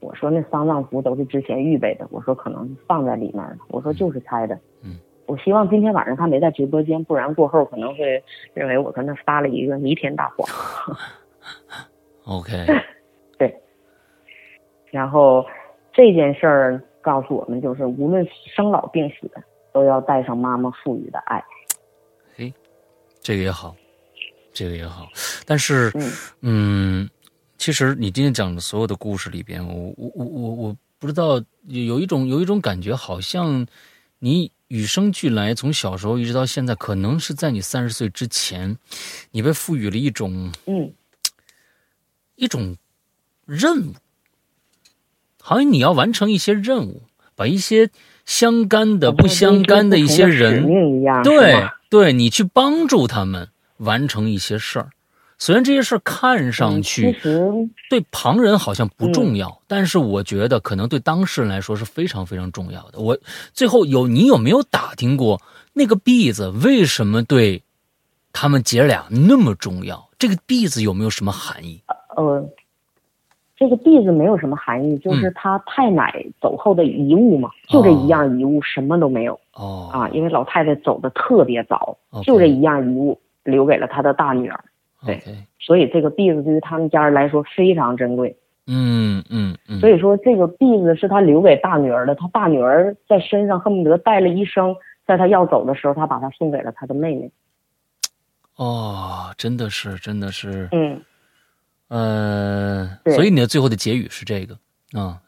B: 我说那丧葬服都是之前预备的，我说可能放在里面了。我说就是猜的。
A: 嗯，
B: 我希望今天晚上他没在直播间，不然过后可能会认为我跟他撒了一个弥天大谎。
A: ，OK，
B: 然后这件事儿告诉我们，就是无论生老病死，都要带上妈妈赋予的爱。
A: 这个也好，这个也好，但是
B: 嗯
A: 嗯，其实你今天讲的所有的故事里边，我我我我我不知道有有一种有一种感觉，好像你与生俱来，从小时候一直到现在，可能是在你三十岁之前，你被赋予了一种
B: 嗯，
A: 一种任务，好像你要完成一些任务，把一些相干
B: 呃
A: 的、不相干的一些
B: 好像跟
A: 人
B: 一，个使命一样，是
A: 对
B: 吧
A: 对，你去帮助他们完成一些事儿。虽然这些事儿看上
B: 嗯
A: 去、
B: 其实嗯
A: 对旁人好像不重要，但是我觉得可能对当事人来说是非常非常重要的。我最后有你有没有打听过那个篦子为什么对他们姐俩那么重要？这个篦子有没有什么含义？
B: 呃，这个篦子没有什么含义，
A: 嗯
B: 就是他太奶走后的遗物嘛，就这一样遗物，什么都没有
A: 哦
B: 啊，因为老太太走的特别早
A: OK
B: 就这一样遗物留给了他的大女儿，对
A: o k
B: 所以这个篦子对于他们家人来说非常珍贵。
A: 嗯嗯嗯，
B: 所以说，这个篦子是他留给大女儿的，他大女儿在身上恨不得带了一生，在他要走的时候，他把它送给了他的妹妹。
A: 哦，真的是真的是，
B: 嗯，
A: 呃，
B: 对
A: 所以你的最后的结语是这个啊、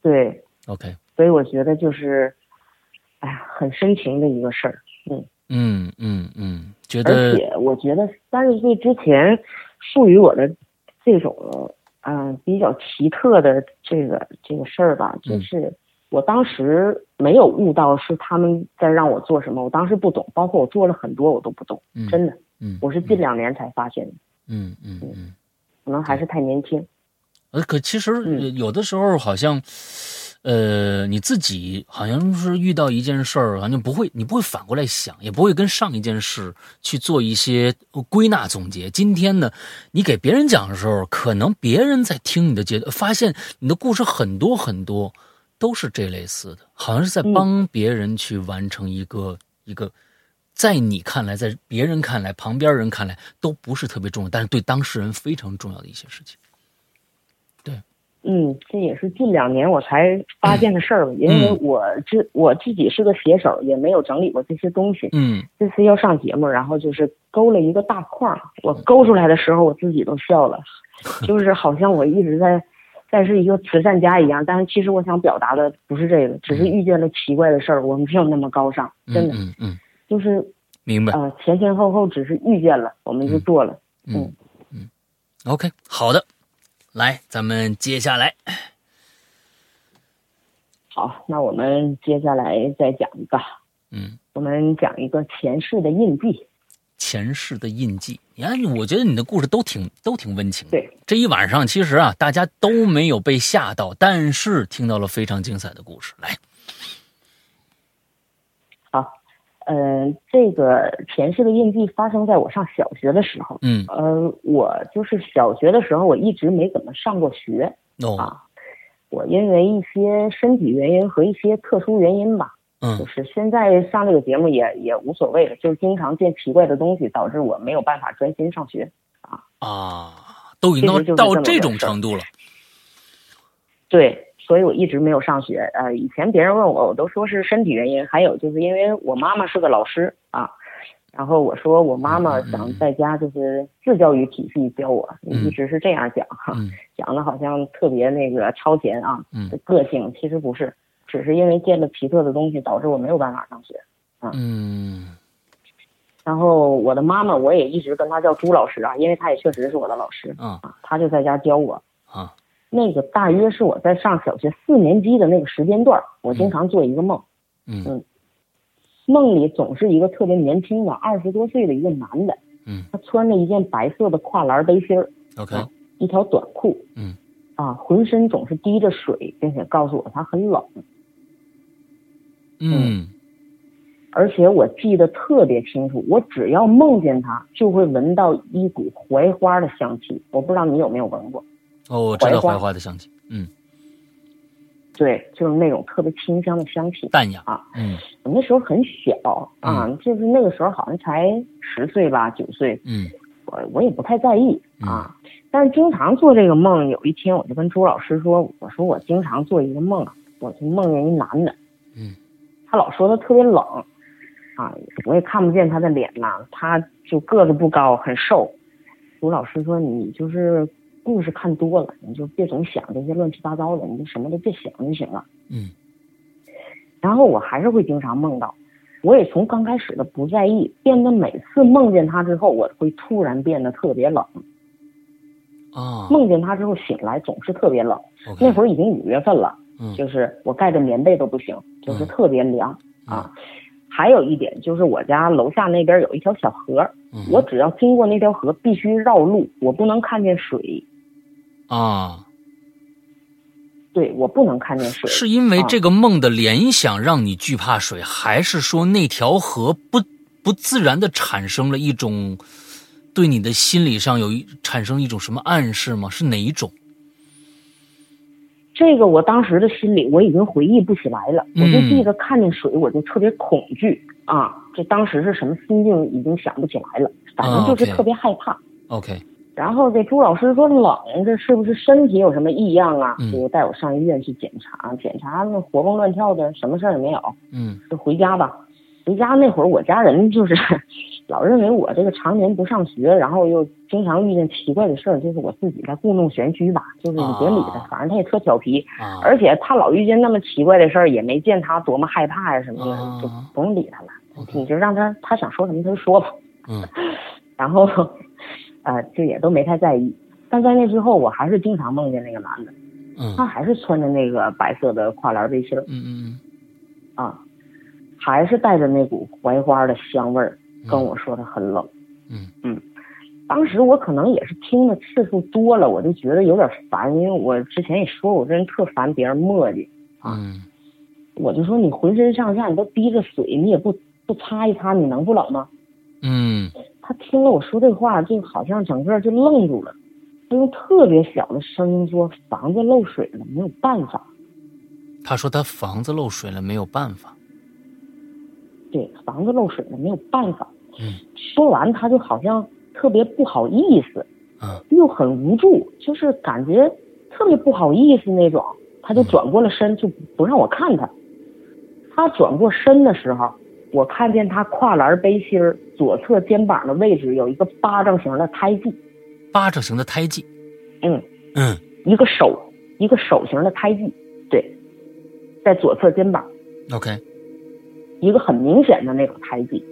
B: 对，
A: o k
B: 所以我觉得就是，哎呀，很深情的一个事儿。
A: 嗯嗯嗯，觉
B: 而
A: 得
B: 且我觉得三十岁之前赋予我的这种嗯、呃比较奇特的这个这个事儿吧，就
A: 嗯
B: 是我当时没有悟到是他们在让我做什么，我当时不懂，包括我做了很多我都不懂，
A: 嗯
B: 真的，
A: 嗯，
B: 我是近两年才发现的，
A: 嗯嗯嗯。嗯
B: 可能还是太年轻。
A: 呃，可其实
B: 嗯
A: 呃有的时候好像，呃，你自己好像是遇到一件事儿，好像不会，你不会反过来想，也不会跟上一件事去做一些呃归纳总结。今天呢，你给别人讲的时候，可能别人在听你的节，发现你的故事很多很多都是这类似的，好像是在
B: 嗯
A: 帮别人去完成一个、一个。在你看来，在别人看来，旁边人看来都不是特别重要，但是对当事人非常重要的一些事情。
B: 嗯，这也是近两年我才发现的事儿吧，因为
A: 嗯
B: 我自我自己是个写手，也没有整理过这些东西。
A: 嗯，
B: 这次要上节目，然后就是勾了一个大框儿，我勾出来的时候我自己都笑 了，就是好像我一直在在是一个慈善家一样，但是其 实我想表达的不是这个，只是遇见了奇怪的事儿，我没有那么高尚，真的。
A: 嗯嗯嗯嗯
B: 就是
A: 明白。
B: 呃前前后后只是遇见了，我们就做了。
A: 嗯嗯，OK，好的，来，咱们接下来，
B: 好，那我们接下来再讲一个，
A: 嗯，
B: 我们讲一个前世的印记。
A: 前世的印记。你看，我觉得你的故事都挺都挺温情的。
B: 对，
A: 这一晚上其实啊，大家都没有被吓到，但是听到了非常精彩的故事。来，
B: 好，嗯、这个前世的印记发生在我上小学的时候。
A: 嗯，
B: 呃，我就是小学的时候，我一直没怎么上过学。
A: 哦，
B: 啊，我因为一些身体原因和一些特殊原因吧，就
A: 嗯
B: 是现在上这个节目也也无所谓了，就是经常见奇怪的东西，导致我没有办法专心上学。
A: 啊，都已经到
B: 其实就是
A: 到
B: 这么
A: 这
B: 回
A: 种
B: 事儿
A: 程度了，
B: 对，所以我一直没有上学。呃，以前别人问我，我都说是身体原因，还有就是因为我妈妈是个老师啊。然后我说我妈妈想在家就是自教育体系教我，
A: 嗯
B: 一直是这样讲哈，
A: 嗯
B: 讲的好像特别那个超前啊，
A: 嗯
B: 个性其实不是，只是因为见了奇特的东西，导致我没有办法上学。
A: 嗯
B: 然后我的妈妈，我也一直跟她叫朱老师啊，因为她也确实是我的老师
A: 啊
B: 啊，她就在家教我。
A: 啊，
B: 那个大约是我在上小学四年级的那个时间段儿，我经常做一个梦，
A: 嗯
B: 梦里总是一个特别年轻的二十多岁的一个男的，
A: 嗯，
B: 他穿着一件白色的跨栏背心儿，
A: ，OK，
B: 啊一条短裤，
A: 嗯，
B: 啊，浑身总是滴着水，并且告诉我他很冷，
A: 嗯
B: 而且我记得特别清楚，我只要梦见他，就会闻到一股槐花的香气，我不知道你有没有闻过。
A: 哦，我知道
B: 槐花
A: 槐花的香气，嗯，
B: 对，就是那种特别清香的香气。
A: 淡雅
B: 啊，
A: 嗯
B: 我那时候很小啊，就是那个时候好像才十岁吧，九岁，
A: 嗯
B: 我我也不太在意啊。但是经常做这个梦，有一天我就跟朱老师说，我说我经常做一个梦啊，我就梦见一男的，
A: 嗯，
B: 他老说他特别冷，啊，我也看不见他的脸呐、他就个子不高，很瘦。朱老师说你就是故事看多了，你就别总想这些乱七八糟的，你就什么都别想就行了。
A: 嗯
B: 然后我还是会经常梦到，我也从刚开始的不在意，变得每次梦见他之后，我会突然变得特别冷。
A: 啊
B: 梦见他之后醒来总是特别冷，
A: ，OK，
B: 那会儿已经五月份了，
A: 嗯
B: 就是我盖着棉被都不行，就是
A: 嗯
B: 特别凉啊。还有一点就是我家楼下那边有一条小河，
A: 嗯
B: 我只要经过那条河必须绕路，我不能看见水，
A: 啊。
B: 对我不能看见水，
A: 是因为
B: 啊
A: 这个梦的联想让你惧怕水，还是说那条河不不自然的产生了一种对你的心理上有一产生一种什么暗示吗？是哪一种？
B: 这个我当时的心里我已经回忆不起来了，我就
A: 嗯
B: 记得看见水我就特别恐惧啊，这当时是什么心境已经想不起来了，反正就是
A: 啊，OK
B: 特别害怕。
A: OK，
B: 然后这朱老师说冷，这是不是身体有什么异样啊
A: 嗯？
B: 就带我上医院去检查，检查那活蹦乱跳的，什么事儿也没有，
A: 嗯
B: 就回家吧。回家那会儿，我家人就是 老认为我这个常年不上学，然后又经常遇见奇怪的事儿，就是我自己在故弄玄虚吧，就是你别理他
A: 啊，
B: 反正他也特调皮，
A: 啊，
B: 而且他老遇见那么奇怪的事儿，也没见他多么害怕呀、什么的，
A: 啊
B: 就不用理他了，
A: OK，
B: 你就让他他想说什么他就说吧。
A: 嗯
B: 然后，呃，就也都没太在意。但在那之后，我还是经常梦见那个男的，
A: 嗯
B: 他还是穿着那个白色的跨栏背心儿
A: 嗯嗯
B: 啊，还是带着那股槐花的香味儿，
A: 嗯，
B: 跟我说他很冷。
A: 嗯
B: 当时我可能也是听的次数多了，我就觉得有点烦，因为我之前也说我这人特烦别人磨叽，
A: 嗯
B: 我就说你浑身上下你都滴着水，你也不不擦一擦，你能不冷吗？
A: 嗯
B: 他听了我说这话，就好像整个就愣住了，他用特别小的声音说：“房子漏水了，没有办法。
A: 嗯，他说他房子漏水了，没有办法。”
B: 对，房子漏水了，没有办法。
A: 嗯
B: 说完，他就好像特别不好意思，
A: 嗯
B: 又很无助，就是感觉特别不好意思那种。他就转过了身，就不让我看他。他转过身的时候，我看见他跨栏背心儿左侧肩膀的位置有一个巴掌形的胎记，
A: 巴掌形的胎记。
B: 嗯
A: 嗯
B: 一个手，一个手型的胎记，对，在左侧肩膀，
A: ，OK，
B: 一个很明显的那种胎记。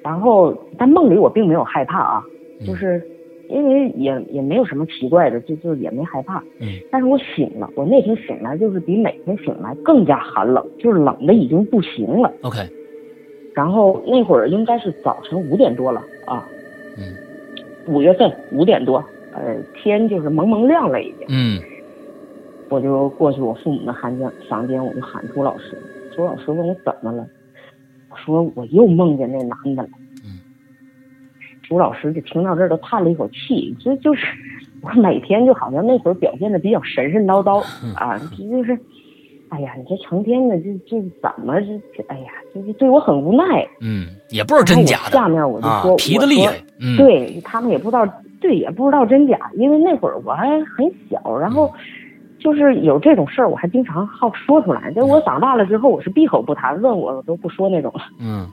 B: 然后但梦里我并没有害怕啊，就是因为也也没有什么奇怪的，就就也没害怕。
A: 嗯，
B: 但是我醒了，我那天醒来就是比每天醒来更加寒冷，就是冷的已经不行了。
A: ，OK，
B: 然后那会儿应该是早晨五点多了啊，
A: 嗯
B: 五月份五点多，呃，天就是蒙蒙亮了已经。
A: 嗯
B: 我就过去我父母的房间房间，我就喊朱老师。朱老师问我怎么了，我说我又梦见那男的了。
A: 嗯，
B: 朱老师就听到这儿都叹了一口气，这就是我每天就好像那会儿表现的比较神神叨叨
A: 嗯
B: 啊，这就是，哎呀，你这成天的这这怎么这这哎呀，就是对我很无奈。哎
A: 嗯，也不知道真假的
B: 然后我下面我就
A: 啊
B: 说，
A: 皮的厉害，嗯，
B: 对他们也不知道，对也不知道真假，因为那会儿我还很小，然后就是有这种事儿，我还经常好说出来。但我长大了之后，我是闭口不谈，问我我都不说那种。
A: 嗯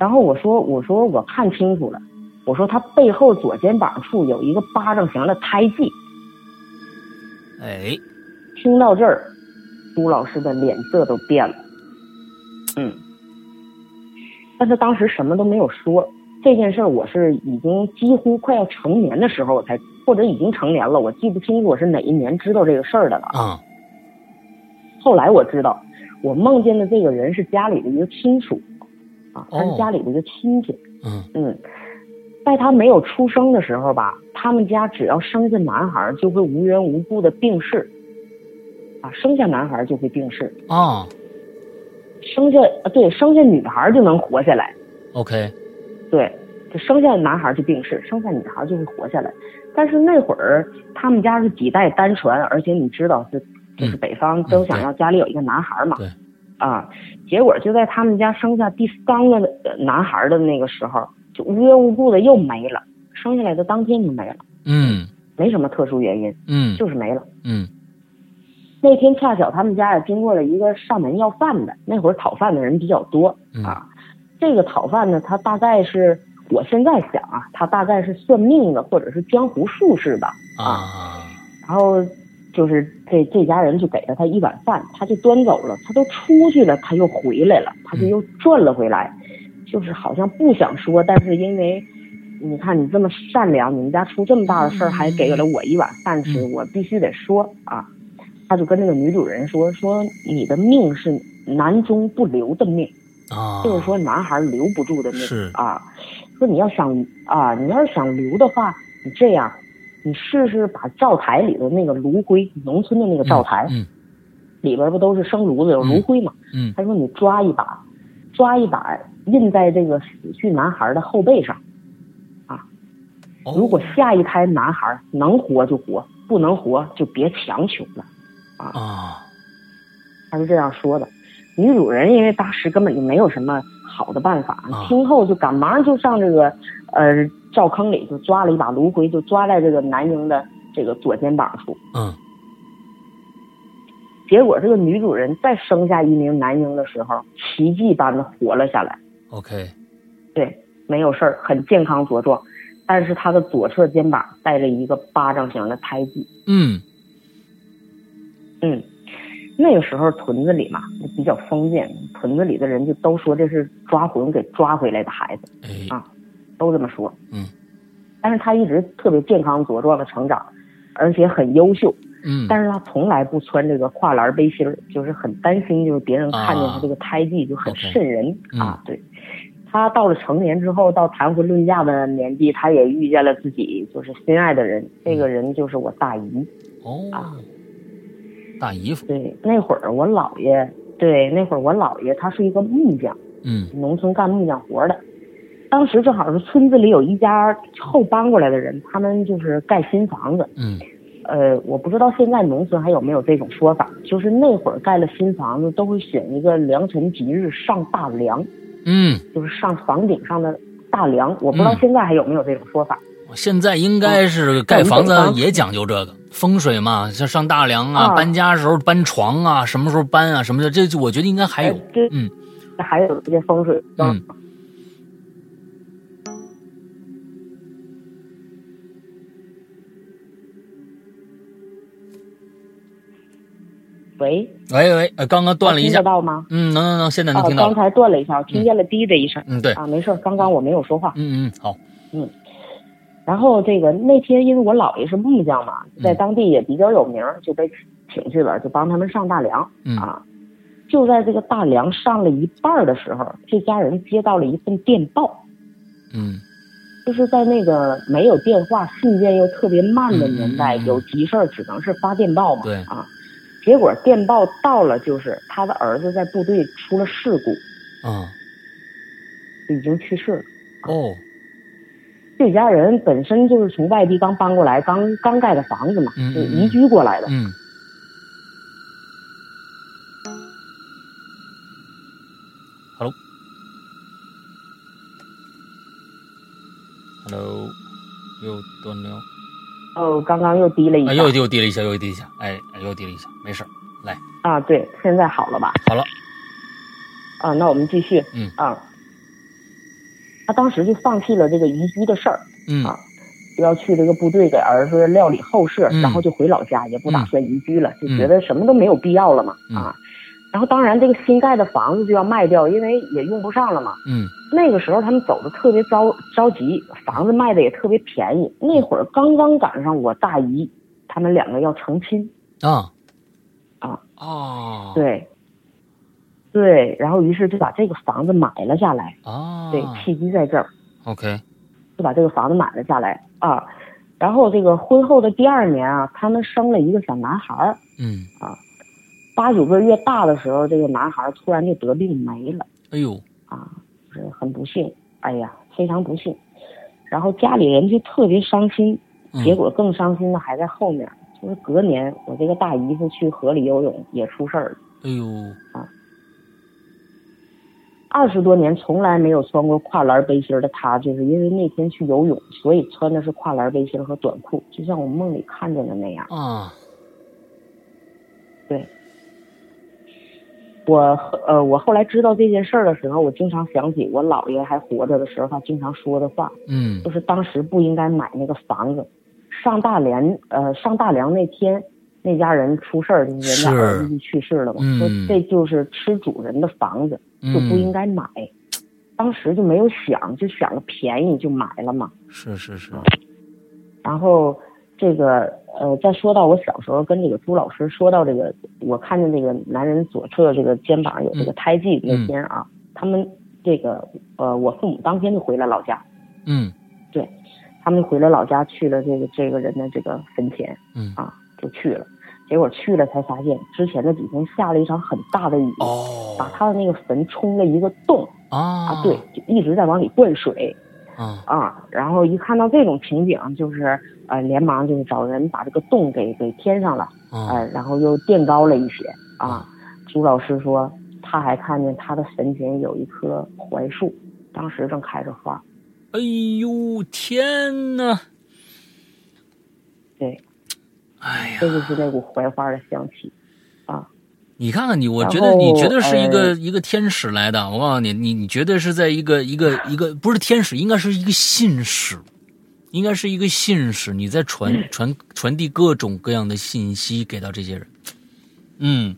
B: 然后我说我说我看清楚了，我说他背后左肩膀处有一个巴掌形的胎记。
A: 哎，
B: 听到这儿，朱老师的脸色都变了。嗯，但他当时什么都没有说。这件事儿我是已经几乎快要成年的时候我才，或者已经成年了，我记不清楚我是哪一年知道这个事儿的了。
A: 啊
B: 后来我知道，我梦见的这个人是家里的一个亲属，啊，他
A: 哦
B: 是家里的一个亲戚。
A: 嗯
B: 嗯，在他没有出生的时候吧，他们家只要生下男孩儿就会无缘无故的病逝，啊，生下男孩儿就会病逝，
A: 啊
B: 生下啊对生下女孩儿就能活下来，
A: ，OK，
B: 对，就生下男孩儿就病逝，生下女孩儿就会活下来。但是那会儿他们家是几代单传，而且你知道是就是
A: 嗯
B: 北方都想要家里有一个男孩儿嘛，
A: 对
B: 啊，结果就在他们家生下第三个呃男孩儿的那个时候，就无缘无故的又没了，生下来的当天就没了，
A: 嗯
B: 没什么特殊原因，
A: 嗯
B: 就是没了。
A: 嗯
B: 那天恰巧他们家也经过了一个上门要饭的，那会儿讨饭的人比较多
A: 嗯
B: 啊。这个讨饭呢，他大概是我现在想啊，他大概是算命的或者是江湖术士吧。
A: 啊，
B: 然后就是这这家人就给了他一碗饭，他就端走了。他都出去了，他又回来了，
A: 嗯
B: 他就又转了回来，就是好像不想说，但是因为你看你这么善良，你们家出这么大的事儿，还给了我一碗饭吃，
A: 嗯
B: 我必须得说啊。他就跟那个女主人说：“说你的命是男中不留的命，
A: 啊，
B: 就是说男孩留不住的命
A: 是
B: 啊。说你要想啊，你要是想留的话，你这样，你试试把灶台里的那个炉灰，农村的那个灶台、
A: 嗯
B: 里边不都是生炉子有
A: 嗯
B: 炉灰嘛？
A: 嗯
B: 他说你抓一把，抓一把印在这个死去男孩的后背上。
A: 哦
B: 如果下一胎男孩能活就活，不能活就别强求了。
A: 啊
B: 他是这样说的。女主人因为当时根本就没有什么好的办法，
A: 啊
B: 听后就赶忙就上这个呃灶坑里就抓了一把芦荟，就抓在这个男婴的这个左肩膀处。
A: 嗯
B: 结果这个女主人再生下一名男婴的时候，奇迹般的活了下来，
A: OK，
B: 对，没有事儿，很健康茁壮。但是她的左侧肩膀带着一个巴掌形的胎记，
A: 嗯
B: 嗯，那个时候屯子里嘛比较封建，屯子里的人就都说这是抓魂给抓回来的孩子，
A: 哎
B: 啊都这么说。
A: 嗯，
B: 但是他一直特别健康茁壮的成长，而且很优秀，
A: 嗯
B: 但是他从来不穿这个跨栏背心儿，就是很担心，就是别人看见他这个胎记就很
A: 啊 OK
B: 瘆人
A: 嗯
B: 啊。对，他到了成年之后，到谈婚论嫁的年纪，他也遇见了自己就是心爱的人，
A: 嗯
B: 这个人就是我大姨。啊
A: 哦，大姨夫，
B: 对，那会儿我姥爷，对，那会儿我姥爷他是一个木匠，
A: 嗯
B: 农村干木匠活的。当时正好是村子里有一家后搬过来的人，他们就是盖新房子。
A: 嗯
B: 呃，我不知道现在农村还有没有这种说法，就是那会儿盖了新房子都会选一个良辰吉日上大梁，
A: 嗯，
B: 就是上房顶上的大梁。我不知道
A: 嗯
B: 现在还有没有这种说法。
A: 我现在应
B: 啊
A: 该是盖房子也讲究这个风水嘛，像上大梁啊，
B: 啊
A: 搬家时候搬床啊，什么时候搬啊，什么的，这就我觉得应该还有
B: 呃，这
A: 嗯
B: 还有这些风水标
A: 嗯
B: 喂，
A: 喂喂，呃刚刚断了一
B: 哎听
A: 下
B: 得，到吗？
A: 嗯，能能能，现在能
B: 啊，
A: 听到
B: 刚
A: 了，
B: 才断了一下，我听见了滴的一声。
A: 嗯，对，
B: 啊，没啊事儿，刚刚我没有说话。
A: 嗯嗯，好，
B: 然后这个那天因为我姥爷是木匠嘛，在
A: 嗯
B: 当地也比较有名儿，就被请去了，就帮他们上大梁
A: 嗯
B: 啊。就在这个大梁上了一半儿的时候，这家人接到了一份电报，
A: 嗯
B: 就是在那个没有电话、信件又特别慢的年代，
A: 嗯嗯嗯
B: 有急事儿只能是发电报嘛。
A: 对
B: 啊，结果电报到了，就是他的儿子在部队出了事故，
A: 啊
B: 已经去世了。
A: 哦，
B: 这家人本身就是从外地刚搬过来，刚刚盖的房子嘛，
A: 嗯嗯
B: 就
A: 嗯
B: 移居过来的。
A: 嗯，hello。Hello，又断了，
B: 哦，刚刚又滴了一
A: 啊，
B: 下
A: 又又滴了一下，又滴了一下，哎，又滴了一下，没事儿来，
B: 啊，对，现在好了吧？
A: 好了，
B: 啊，那我们继续。
A: 嗯
B: 啊，他当时就放弃了这个移居的事儿，
A: 嗯
B: 啊就要去这个部队给儿子料理后事，
A: 嗯
B: 然后就回老家，也不打算移居了，
A: 嗯
B: 就觉得什么都没有必要了嘛、
A: 嗯
B: 啊。然后当然这个新盖的房子就要卖掉，因为也用不上了嘛。
A: 嗯
B: 那个时候他们走的特别着着急，房子卖的也特别便宜。
A: 嗯
B: 那会儿刚刚赶上我大姨他们两个要成亲，
A: 啊
B: 啊
A: 哦，
B: 对，对，然后于是就把这个房子买了下来。
A: 啊，
B: 对，契机在这儿，
A: ，OK，
B: 就把这个房子买了下来啊。然后这个婚后的第二年啊，他们生了一个小男孩儿，
A: 嗯，
B: 八九个月大的时候，这个男孩儿突然就得病没了
A: 哎呦，
B: 啊，就是很不幸，哎呀，非常不幸。然后家里人就特别伤心，
A: 嗯
B: 结果更伤心的还在后面，就是隔年我这个大姨夫去河里游泳也出事儿了，
A: 哎呦，
B: 二十多年从来没有穿过跨栏背心儿的他，就是因为那天去游泳，所以穿的是跨栏背心儿和短裤，就像我梦里看见的那样。
A: 啊，
B: 我后呃，我后来知道这件事儿的时候，我经常想起我姥爷还活着的时候，他经常说的话，
A: 嗯
B: 就是当时不应该买那个房子。上大连呃，上大梁那天，那家人出事儿，人
A: 是
B: 家儿子就去世了嘛，
A: 嗯
B: 说这就是吃主人的房子，就不应
A: 嗯，
B: 该买。当时就没有想，就想着便宜就买了嘛。
A: 嗯是是是，
B: 然后这个呃，再说到我小时候跟这个朱老师说到这个，我看见这个男人左侧这个肩膀有
A: 嗯
B: 这个胎记那天啊，他们这个呃，我父母当天就回了老家，
A: 嗯
B: 他们就回了老家去了这个这个人的这个坟前
A: 嗯，
B: 啊，就去了。结果去了才发现，之前的几天下了一场很大的雨，
A: 哦，
B: 把他的那个坟冲了一个洞
A: 啊
B: 啊，对，就一直在往里灌水。
A: 啊，
B: 啊，然后一看到这种情景，就是呃，连忙就是找人把这个洞给给填上了，
A: 啊
B: 呃，然后又垫高了一些
A: 啊
B: 啊。朱老师说，他还看见他的坟前有一棵槐树，当时正开着花。
A: 哎呦天呐！
B: 对，
A: 哎呀
B: 这，就是那股槐花的香气。
A: 你看看你，我
B: 然
A: 觉得你
B: 后
A: 绝对是一个、
B: 呃
A: 一个天使来的，我告诉你，你你绝对是在一个一个一个不是天使，应该是一个信使，应该是一个信使，你在传、
B: 嗯
A: 传传递各种各样的信息给到这些人。嗯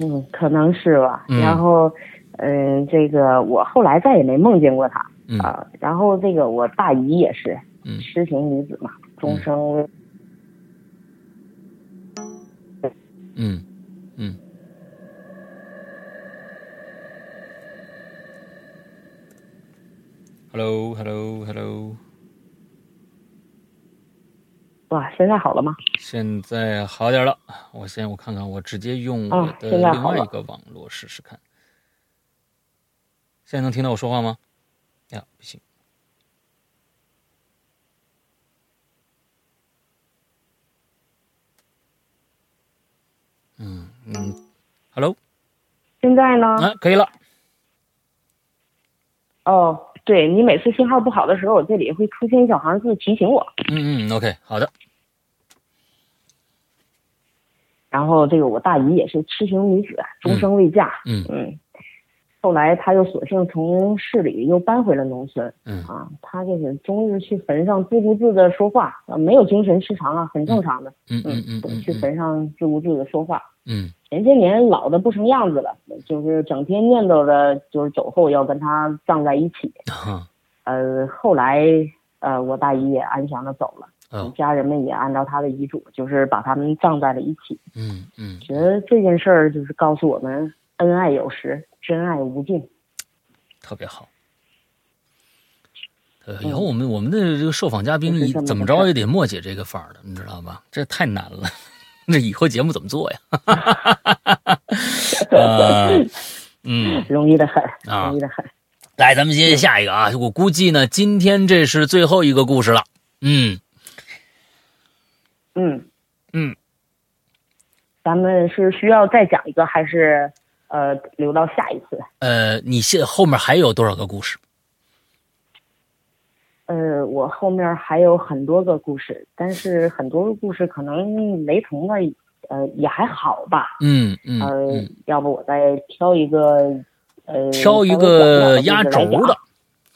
B: 嗯，可能是吧。
A: 嗯
B: 然后，嗯、这个我后来再也没梦见过他
A: 嗯
B: 啊、然后这个我大姨也是
A: 嗯
B: 痴情女子嘛，终生为
A: 嗯嗯，Hello Hello Hello，
B: 哇，现在好了吗？
A: 现在好点了。我先我看看，我直接用我
B: 啊
A: 的
B: 现在
A: 另
B: 好
A: 外
B: 了
A: 一个网络试试看。现在能听到我说话吗？呀，不行。嗯嗯，Hello，
B: 现在呢？
A: 哎、可以了。
B: 哦，对你每次信号不好的时候，我这里会出现一小行字提醒我。
A: 嗯嗯，OK，好的。
B: 然后这个我大姨也是痴情女子，啊终生未嫁。
A: 嗯
B: 嗯，后来她又索性从市里又搬回了农村。
A: 嗯
B: 啊，她就是终日去坟上自顾自的说话，啊没有精神失常啊，很正常的。
A: 嗯嗯嗯嗯
B: 去
A: 嗯
B: 坟上自顾自的说话。
A: 嗯
B: 前些年老的不成样子了，就是整天念叨着就是走后要跟他葬在一起。
A: 啊，
B: 呃，后来呃，我大姨也安详的走了，
A: 哦，
B: 家人们也按照他的遗嘱，就是把他们葬在了一起。
A: 嗯嗯，
B: 觉得这件事儿就是告诉我们，恩爱有时，真爱无尽。
A: 特别好。呃，以后我们我们的这个受访嘉宾
B: 就是
A: 一
B: 这么
A: 怎么
B: 个事
A: 着
B: 儿
A: 也得默写这个范儿的，你知道吧？这太难了， 那以后节目怎么做呀？ 啊，嗯，
B: 容易的很，
A: 啊
B: 容易的很。
A: 来，咱们接下一个啊，我估计呢，今天这是最后一个故事了。嗯
B: 嗯，
A: 嗯，
B: 咱们是需要再讲一个，还是呃留到下一次？
A: 呃，你现后面还有多少个故事？
B: 呃，我后面还有很多个故事，但是很多个故事可能雷同的，呃，也还好吧。
A: 嗯嗯
B: 呃，
A: 嗯，
B: 要不我再挑一个，呃，
A: 挑一
B: 稍微短
A: 个啊
B: 点
A: 压
B: 的故事来
A: 轴
B: 讲，
A: 的，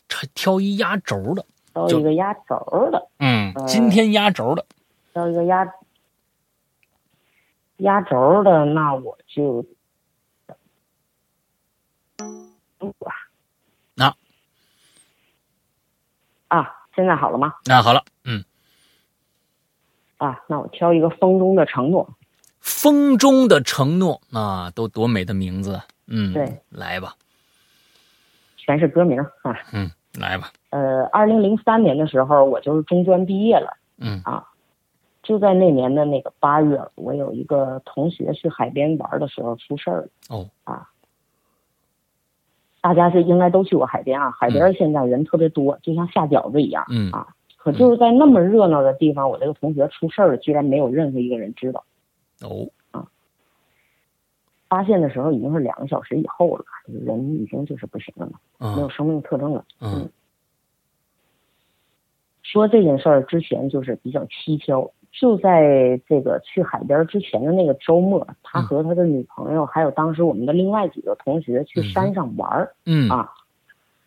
A: 挑挑一压轴的。
B: 挑
A: 就
B: 一个压轴的，
A: 嗯，
B: 呃
A: 今天压轴的，
B: 挑一个压压轴的，那我就。吧
A: 啊
B: 啊，现在好了吗？
A: 那好了，嗯，
B: 啊，那我挑一个《风中的承诺》。
A: 风中的承诺啊，都多美的名字啊。嗯，
B: 对，
A: 来吧，
B: 全是歌名儿啊。
A: 嗯，来吧，
B: 呃，二零零三年的时候，我就是中专毕业了。
A: 嗯
B: 啊，就在那年的那个八月，我有一个同学去海边玩的时候出事儿了。
A: 哦，
B: 大家是应该都去过海边啊，海边现在人特别多，就像下饺子一样。
A: 嗯
B: 啊，可就是在那么热闹的地方，我这个同学出事儿了，居然没有任何一个人知道。
A: 哦，
B: 发现的时候已经是两个小时以后了，人已经就是不行了，没有
A: 嗯
B: 生命特征了。
A: 嗯
B: 说这件事儿之前就是比较蹊跷，就在这个去海边之前的那个周末，他和他的女朋友还有当时我们的另外几个同学去山上玩儿、
A: 嗯
B: 啊。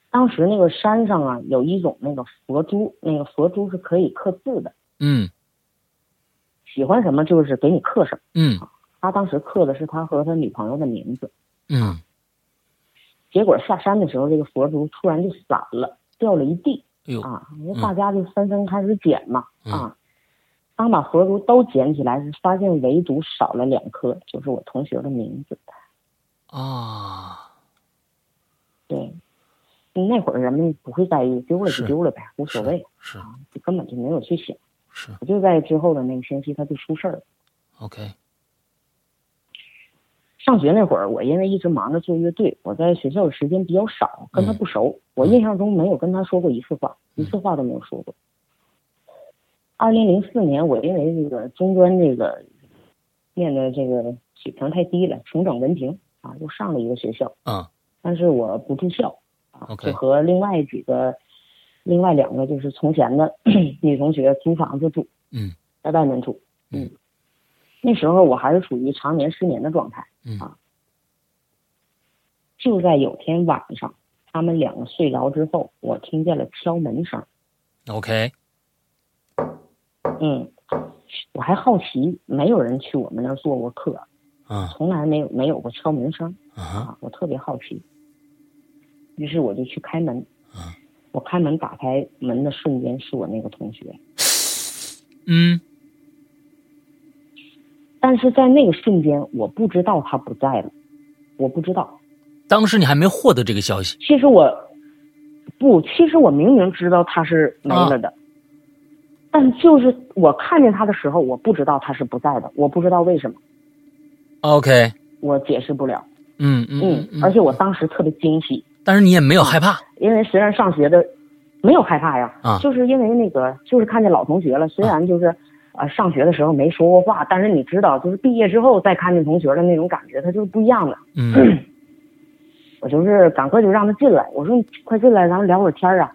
B: 当时那个山上啊，有一种那个佛珠，那个佛珠是可以刻字的，
A: 嗯
B: 喜欢什么就是给你刻什么。
A: 嗯
B: 他当时刻的是他和他女朋友的名字，
A: 嗯，
B: 啊结果下山的时候，这个佛珠突然就散了，掉了一地。
A: 哎呦，
B: 啊，因为大家就纷纷开始捡嘛，
A: 嗯
B: 啊，当把佛珠都捡起来时，发现唯独少了两颗，就是我同学的名字。
A: 啊，
B: 对，那会儿人们不会在意，丢了
A: 是
B: 就丢了呗，无所谓，
A: 是
B: 就根本就没有去想。
A: 是
B: 就在之后的那个星期，他就出事儿了。
A: ，OK，
B: 上学那会儿，我因为一直忙着做乐队，我在学校的时间比较少，跟他不熟。我印象中没有跟他说过一次话，一次话都没有说过。二零零四年，我因为这个中专这个念的这个水平太低了，重整文凭啊，又上了一个学校，
A: 嗯
B: 但是我不住校啊
A: OK
B: 就和另外几个、另外两个就是从前的 女同学租房子住，
A: 嗯
B: 在外面住。
A: 嗯，
B: 那时候我还是处于常年失眠的状态。
A: 嗯
B: 啊，就在有天晚上，他们两个睡着之后，我听见了敲门声。
A: ，OK，
B: 嗯，我还好奇，没有人去我们那儿做过客，
A: 嗯
B: 从来没有没有过敲门声
A: 啊哈
B: 啊，我特别好奇。于是我就去开门。
A: 啊
B: 我开门打开门的瞬间，是我那个同学。
A: 嗯
B: 但是在那个瞬间，我不知道他不在了，我不知道。
A: 当时你还没获得这个消息，
B: 其实我不，其实我明明知道他是没了
A: 啊
B: 的，但就是我看见他的时候，我不知道他是不在的，我不知道为什么，
A: 啊 OK，
B: 我解释不了。
A: 嗯嗯嗯，
B: 而且啊我当时特别惊喜，
A: 但是你也没有害怕，
B: 因为虽然上学的没有害怕呀，
A: 啊
B: 就是因为那个就是看见老同学了，虽然就是。呃，上学的时候没说过话，但是你知道，就是毕业之后再看见同学的那种感觉，它就是不一样的。
A: 嗯
B: 我就是赶快就让他进来，我说你快进来，咱们聊会儿天儿啊。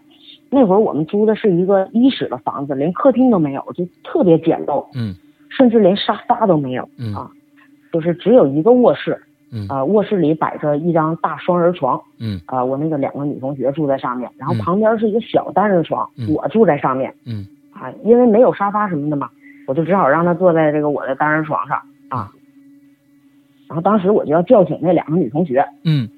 B: 那会儿我们租的是一个一室的房子，连客厅都没有，就特别简陋，
A: 嗯
B: 甚至连沙发都没有，
A: 嗯
B: 就是只有一个卧室。
A: 嗯
B: 啊、卧室里摆着一张大双人床，
A: 嗯
B: 啊、我那个两个女同学住在上面，然后
A: 嗯
B: 旁边是一个小单人床，
A: 嗯
B: 我住在上面。
A: 嗯
B: 啊，因为没
A: 嗯
B: 有沙发什么的嘛，我就只好让他坐在这个我的单人床上啊。然后当时我就要叫醒那两个女同学，
A: 嗯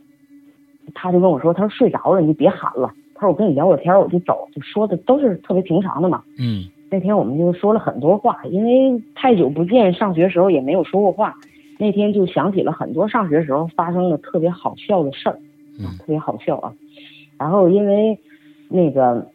B: 她就跟我说，她说睡着了你就别喊了，她说我跟你聊会儿天儿我就走，就说的都是特别平常的嘛。
A: 嗯
B: 那天我们就说了很多话，因为太久不见，上学时候也没有说过话。那天就想起了很多上学时候发生的特别好笑的事儿，啊
A: 嗯
B: 特别好笑啊。然后因为那个，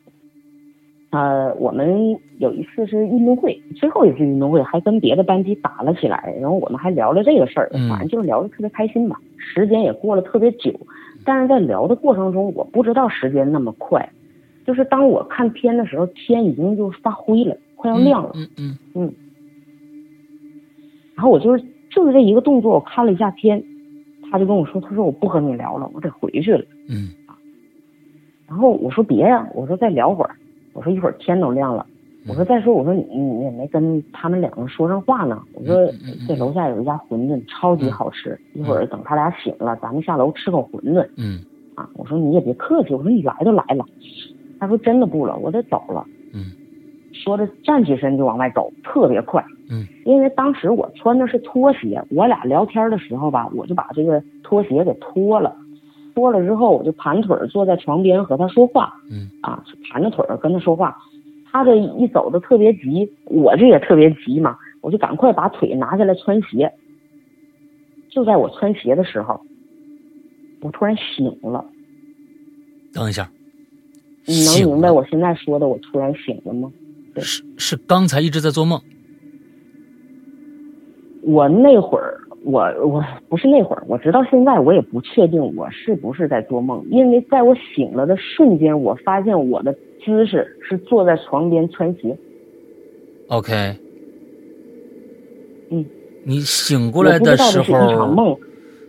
B: 呃，我们有一次是运动会，最后一次运动会还跟别的班级打了起来，然后我们还聊了这个事儿
A: 嗯，
B: 反正就是聊得特别开心吧。时间也过了特别久，但是在聊的过程中，我不知道时间那么快，就是当我看天的时候，天已经就发灰了，快要亮了。
A: 嗯嗯
B: 然后我就是就是这一个动作，我看了一下天，他就跟我说，他说我不和你聊了，我得回去了。
A: 嗯
B: 然后我说别呀、我说再聊会儿，我说一会儿天都亮了。
A: 嗯
B: 我说再说，我说你你也没跟他们两个说上话呢。我说
A: 嗯嗯嗯
B: 这楼下有一家馄饨超级好吃，一会儿等他俩醒了，咱们下楼吃口馄饨
A: 嗯
B: 啊。我说你也别客气，我说你来都来了。他说真的不了，我得走了。
A: 嗯
B: 说着站起身就往外走，特别快。
A: 嗯，
B: 因为当时我穿的是拖鞋，我俩聊天的时候吧，我就把这个拖鞋给脱了，脱了之后我就盘腿儿坐在床边和他说话，
A: 嗯
B: 啊，盘着腿儿跟他说话。他这一走的特别急，我这也特别急嘛，我就赶快把腿拿下来穿鞋。就在我穿鞋的时候，我突然醒了。
A: 等一下，
B: 你能明白
A: 醒了
B: 我现在说的我突然醒了吗？
A: 是是刚才一直在做梦，
B: 我那会儿，我我不是那会儿，我直到现在我也不确定我是不是在做梦，因为在我醒了的瞬间，我发现我的姿势是坐在床边穿鞋。
A: OK，
B: 嗯，
A: 你醒过
B: 我
A: 来
B: 不知
A: 的
B: 道
A: 时
B: 这是一场
A: 候
B: 梦，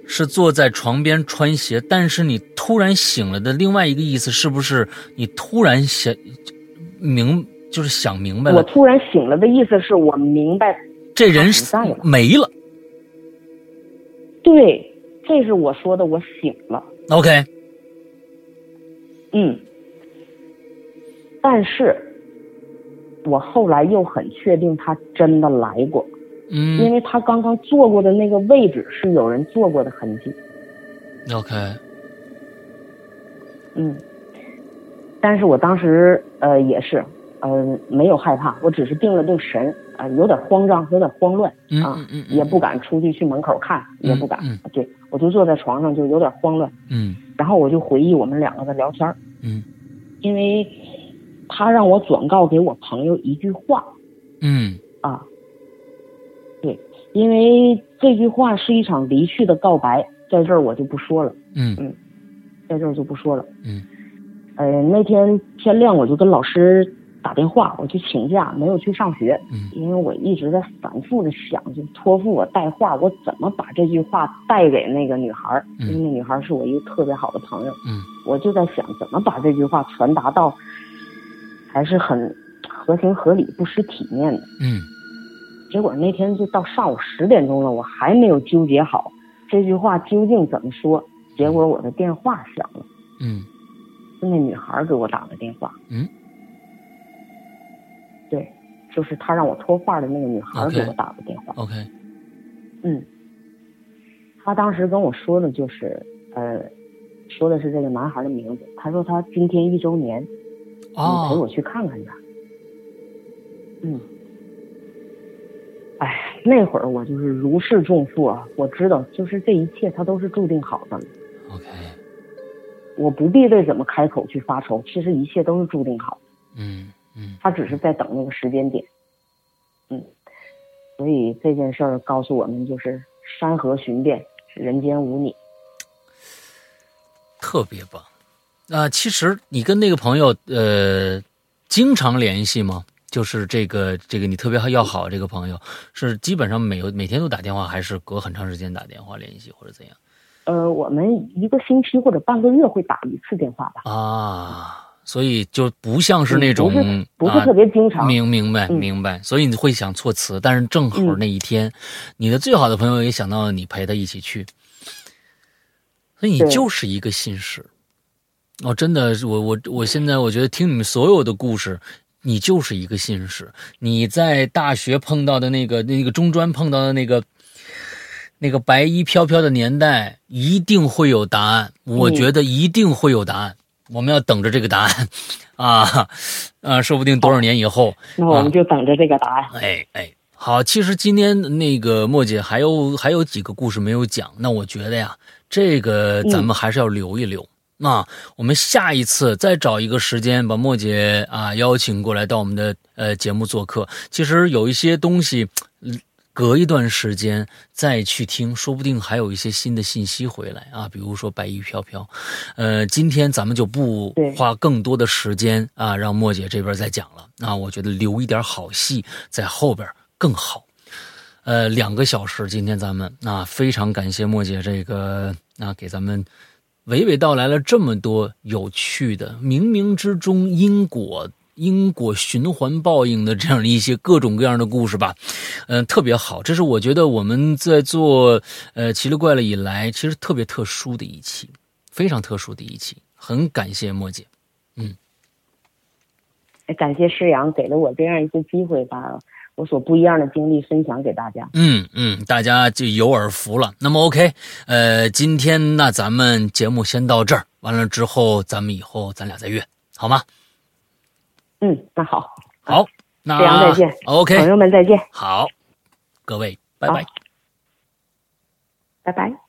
A: 是坐在床边穿鞋，但是你突然醒了的另外一个意思是不是你突然想明就是想明白
B: 我
A: 了，
B: 突然醒了的意思是我明白，
A: 这人
B: 他不在了
A: 没了
B: 对，这是我说的，我醒了，
A: ，OK，
B: 嗯。但是，我后来又很确定他真的来过，因
A: 嗯
B: 为他刚刚坐过的那个位置是有人坐过的痕迹。
A: ，OK，
B: 嗯，但是我当时呃也是，呃没有害怕，我只是定了定神，啊、有点慌张，有点慌乱，
A: 嗯
B: 啊
A: 嗯嗯，嗯
B: 也不敢出去去门口看，也不敢，
A: 嗯
B: 对我就坐在床上就有点慌乱，
A: 嗯
B: 然后我就回忆我们两个的聊天儿，
A: 嗯
B: 因为他让我转告给我朋友一句话
A: 嗯
B: 啊，对，因为这句话是一场离去的告白，在这儿我就不说了。
A: 嗯
B: 在这儿就不说了。
A: 嗯，
B: 呃，那天天亮我就跟老师打电话，我去请假，没有去上学，
A: 嗯
B: 因为我一直在反复的想，就托付我带话，我怎么把这句话带给那个女孩儿？
A: 嗯
B: 因为那女孩儿是我一个特别好的朋友，
A: 嗯，
B: 我就在想怎么把这句话传达到，还是很合情合理、不失体面的。
A: 嗯
B: 结果那天就到上午十点钟了，我还没有纠结好这句话究竟怎么说。结果我的电话响了。
A: 嗯
B: 是那女孩给我打的电话。
A: 嗯，
B: 对，就是她让我托话的那个女孩
A: OK
B: 给我打的电话。
A: ，OK，
B: 嗯，她当时跟我说的就是，呃，说的是这个男孩的名字。她说他今天一周年，你陪
A: 哦，
B: 我去看看他。嗯，哎，那会儿我就是如释重负啊，我知道，就是这一切他都是注定好的了。
A: ，OK，
B: 我不必为怎么开口去发愁，其实一切都是注定好的。
A: 嗯嗯
B: 他只是在等那个时间点。嗯，所以这件事儿告诉我们，就是山河寻遍，人间无你。
A: 特别棒。啊、其实你跟那个朋友呃，经常联系吗？就是这个这个你特别要好这个朋友，是基本上每每天都打电话，还是隔很长时间打电话联系或者怎样
B: 呃，我们一个星期或者半个月会打一次电话吧，
A: 啊？所以就不像是那种、
B: 嗯不是
A: 啊
B: 不是特别经常。
A: 明明白
B: 嗯
A: 明白，所以你会想措辞，但是正好那一天，你的最好的朋友也想到你陪他一起去，所以你
B: 对
A: 就是一个信使。哦，真的，我我我现在我觉得听你们所有的故事，你就是一个信使。你在大学碰到的那个那个中专碰到的那个那个白衣飘飘的年代，一定会有答案。我觉得一定会有答案，我们要等着这个答案， 啊，啊，说不定多少年以后，
B: 那我们就等着这个答案。
A: 哎哎，好，其实今天那个莫姐还有还有几个故事没有讲，那我觉得呀，这个咱们还是要留一留。那我们下一次再找一个时间把莫姐啊邀请过来到我们的呃节目做客。其实有一些东西，嗯隔一段时间再去听，说不定还有一些新的信息回来啊。比如说白衣飘飘，呃，今天咱们就不
B: 对
A: 花更多的时间啊，让莫姐这边再讲了。啊，我觉得留一点好戏在后边更好。呃，两个小时，今天咱们啊，非常感谢莫姐这个啊，给咱们娓娓道来了这么多有趣的，冥冥之中因果因果循环报应的这样的一些各种各样的故事吧，嗯、特别好。这是我觉得我们在做呃奇了怪了以来，其实特别特殊的一期，非常特殊的一期，很感谢莫姐。
B: 哎感谢施阳给了我这样一个机会，把我所不一样的经历分享给大家。
A: 嗯嗯，大家就有耳福了。那么 OK，呃，今天那咱们节目先到这儿，完了之后咱们以后咱俩再约，好吗？
B: 嗯，那好，
A: 好，那
B: 这样再见
A: OK，
B: 朋友们再见，
A: 好，各位，拜拜
B: 好。拜拜。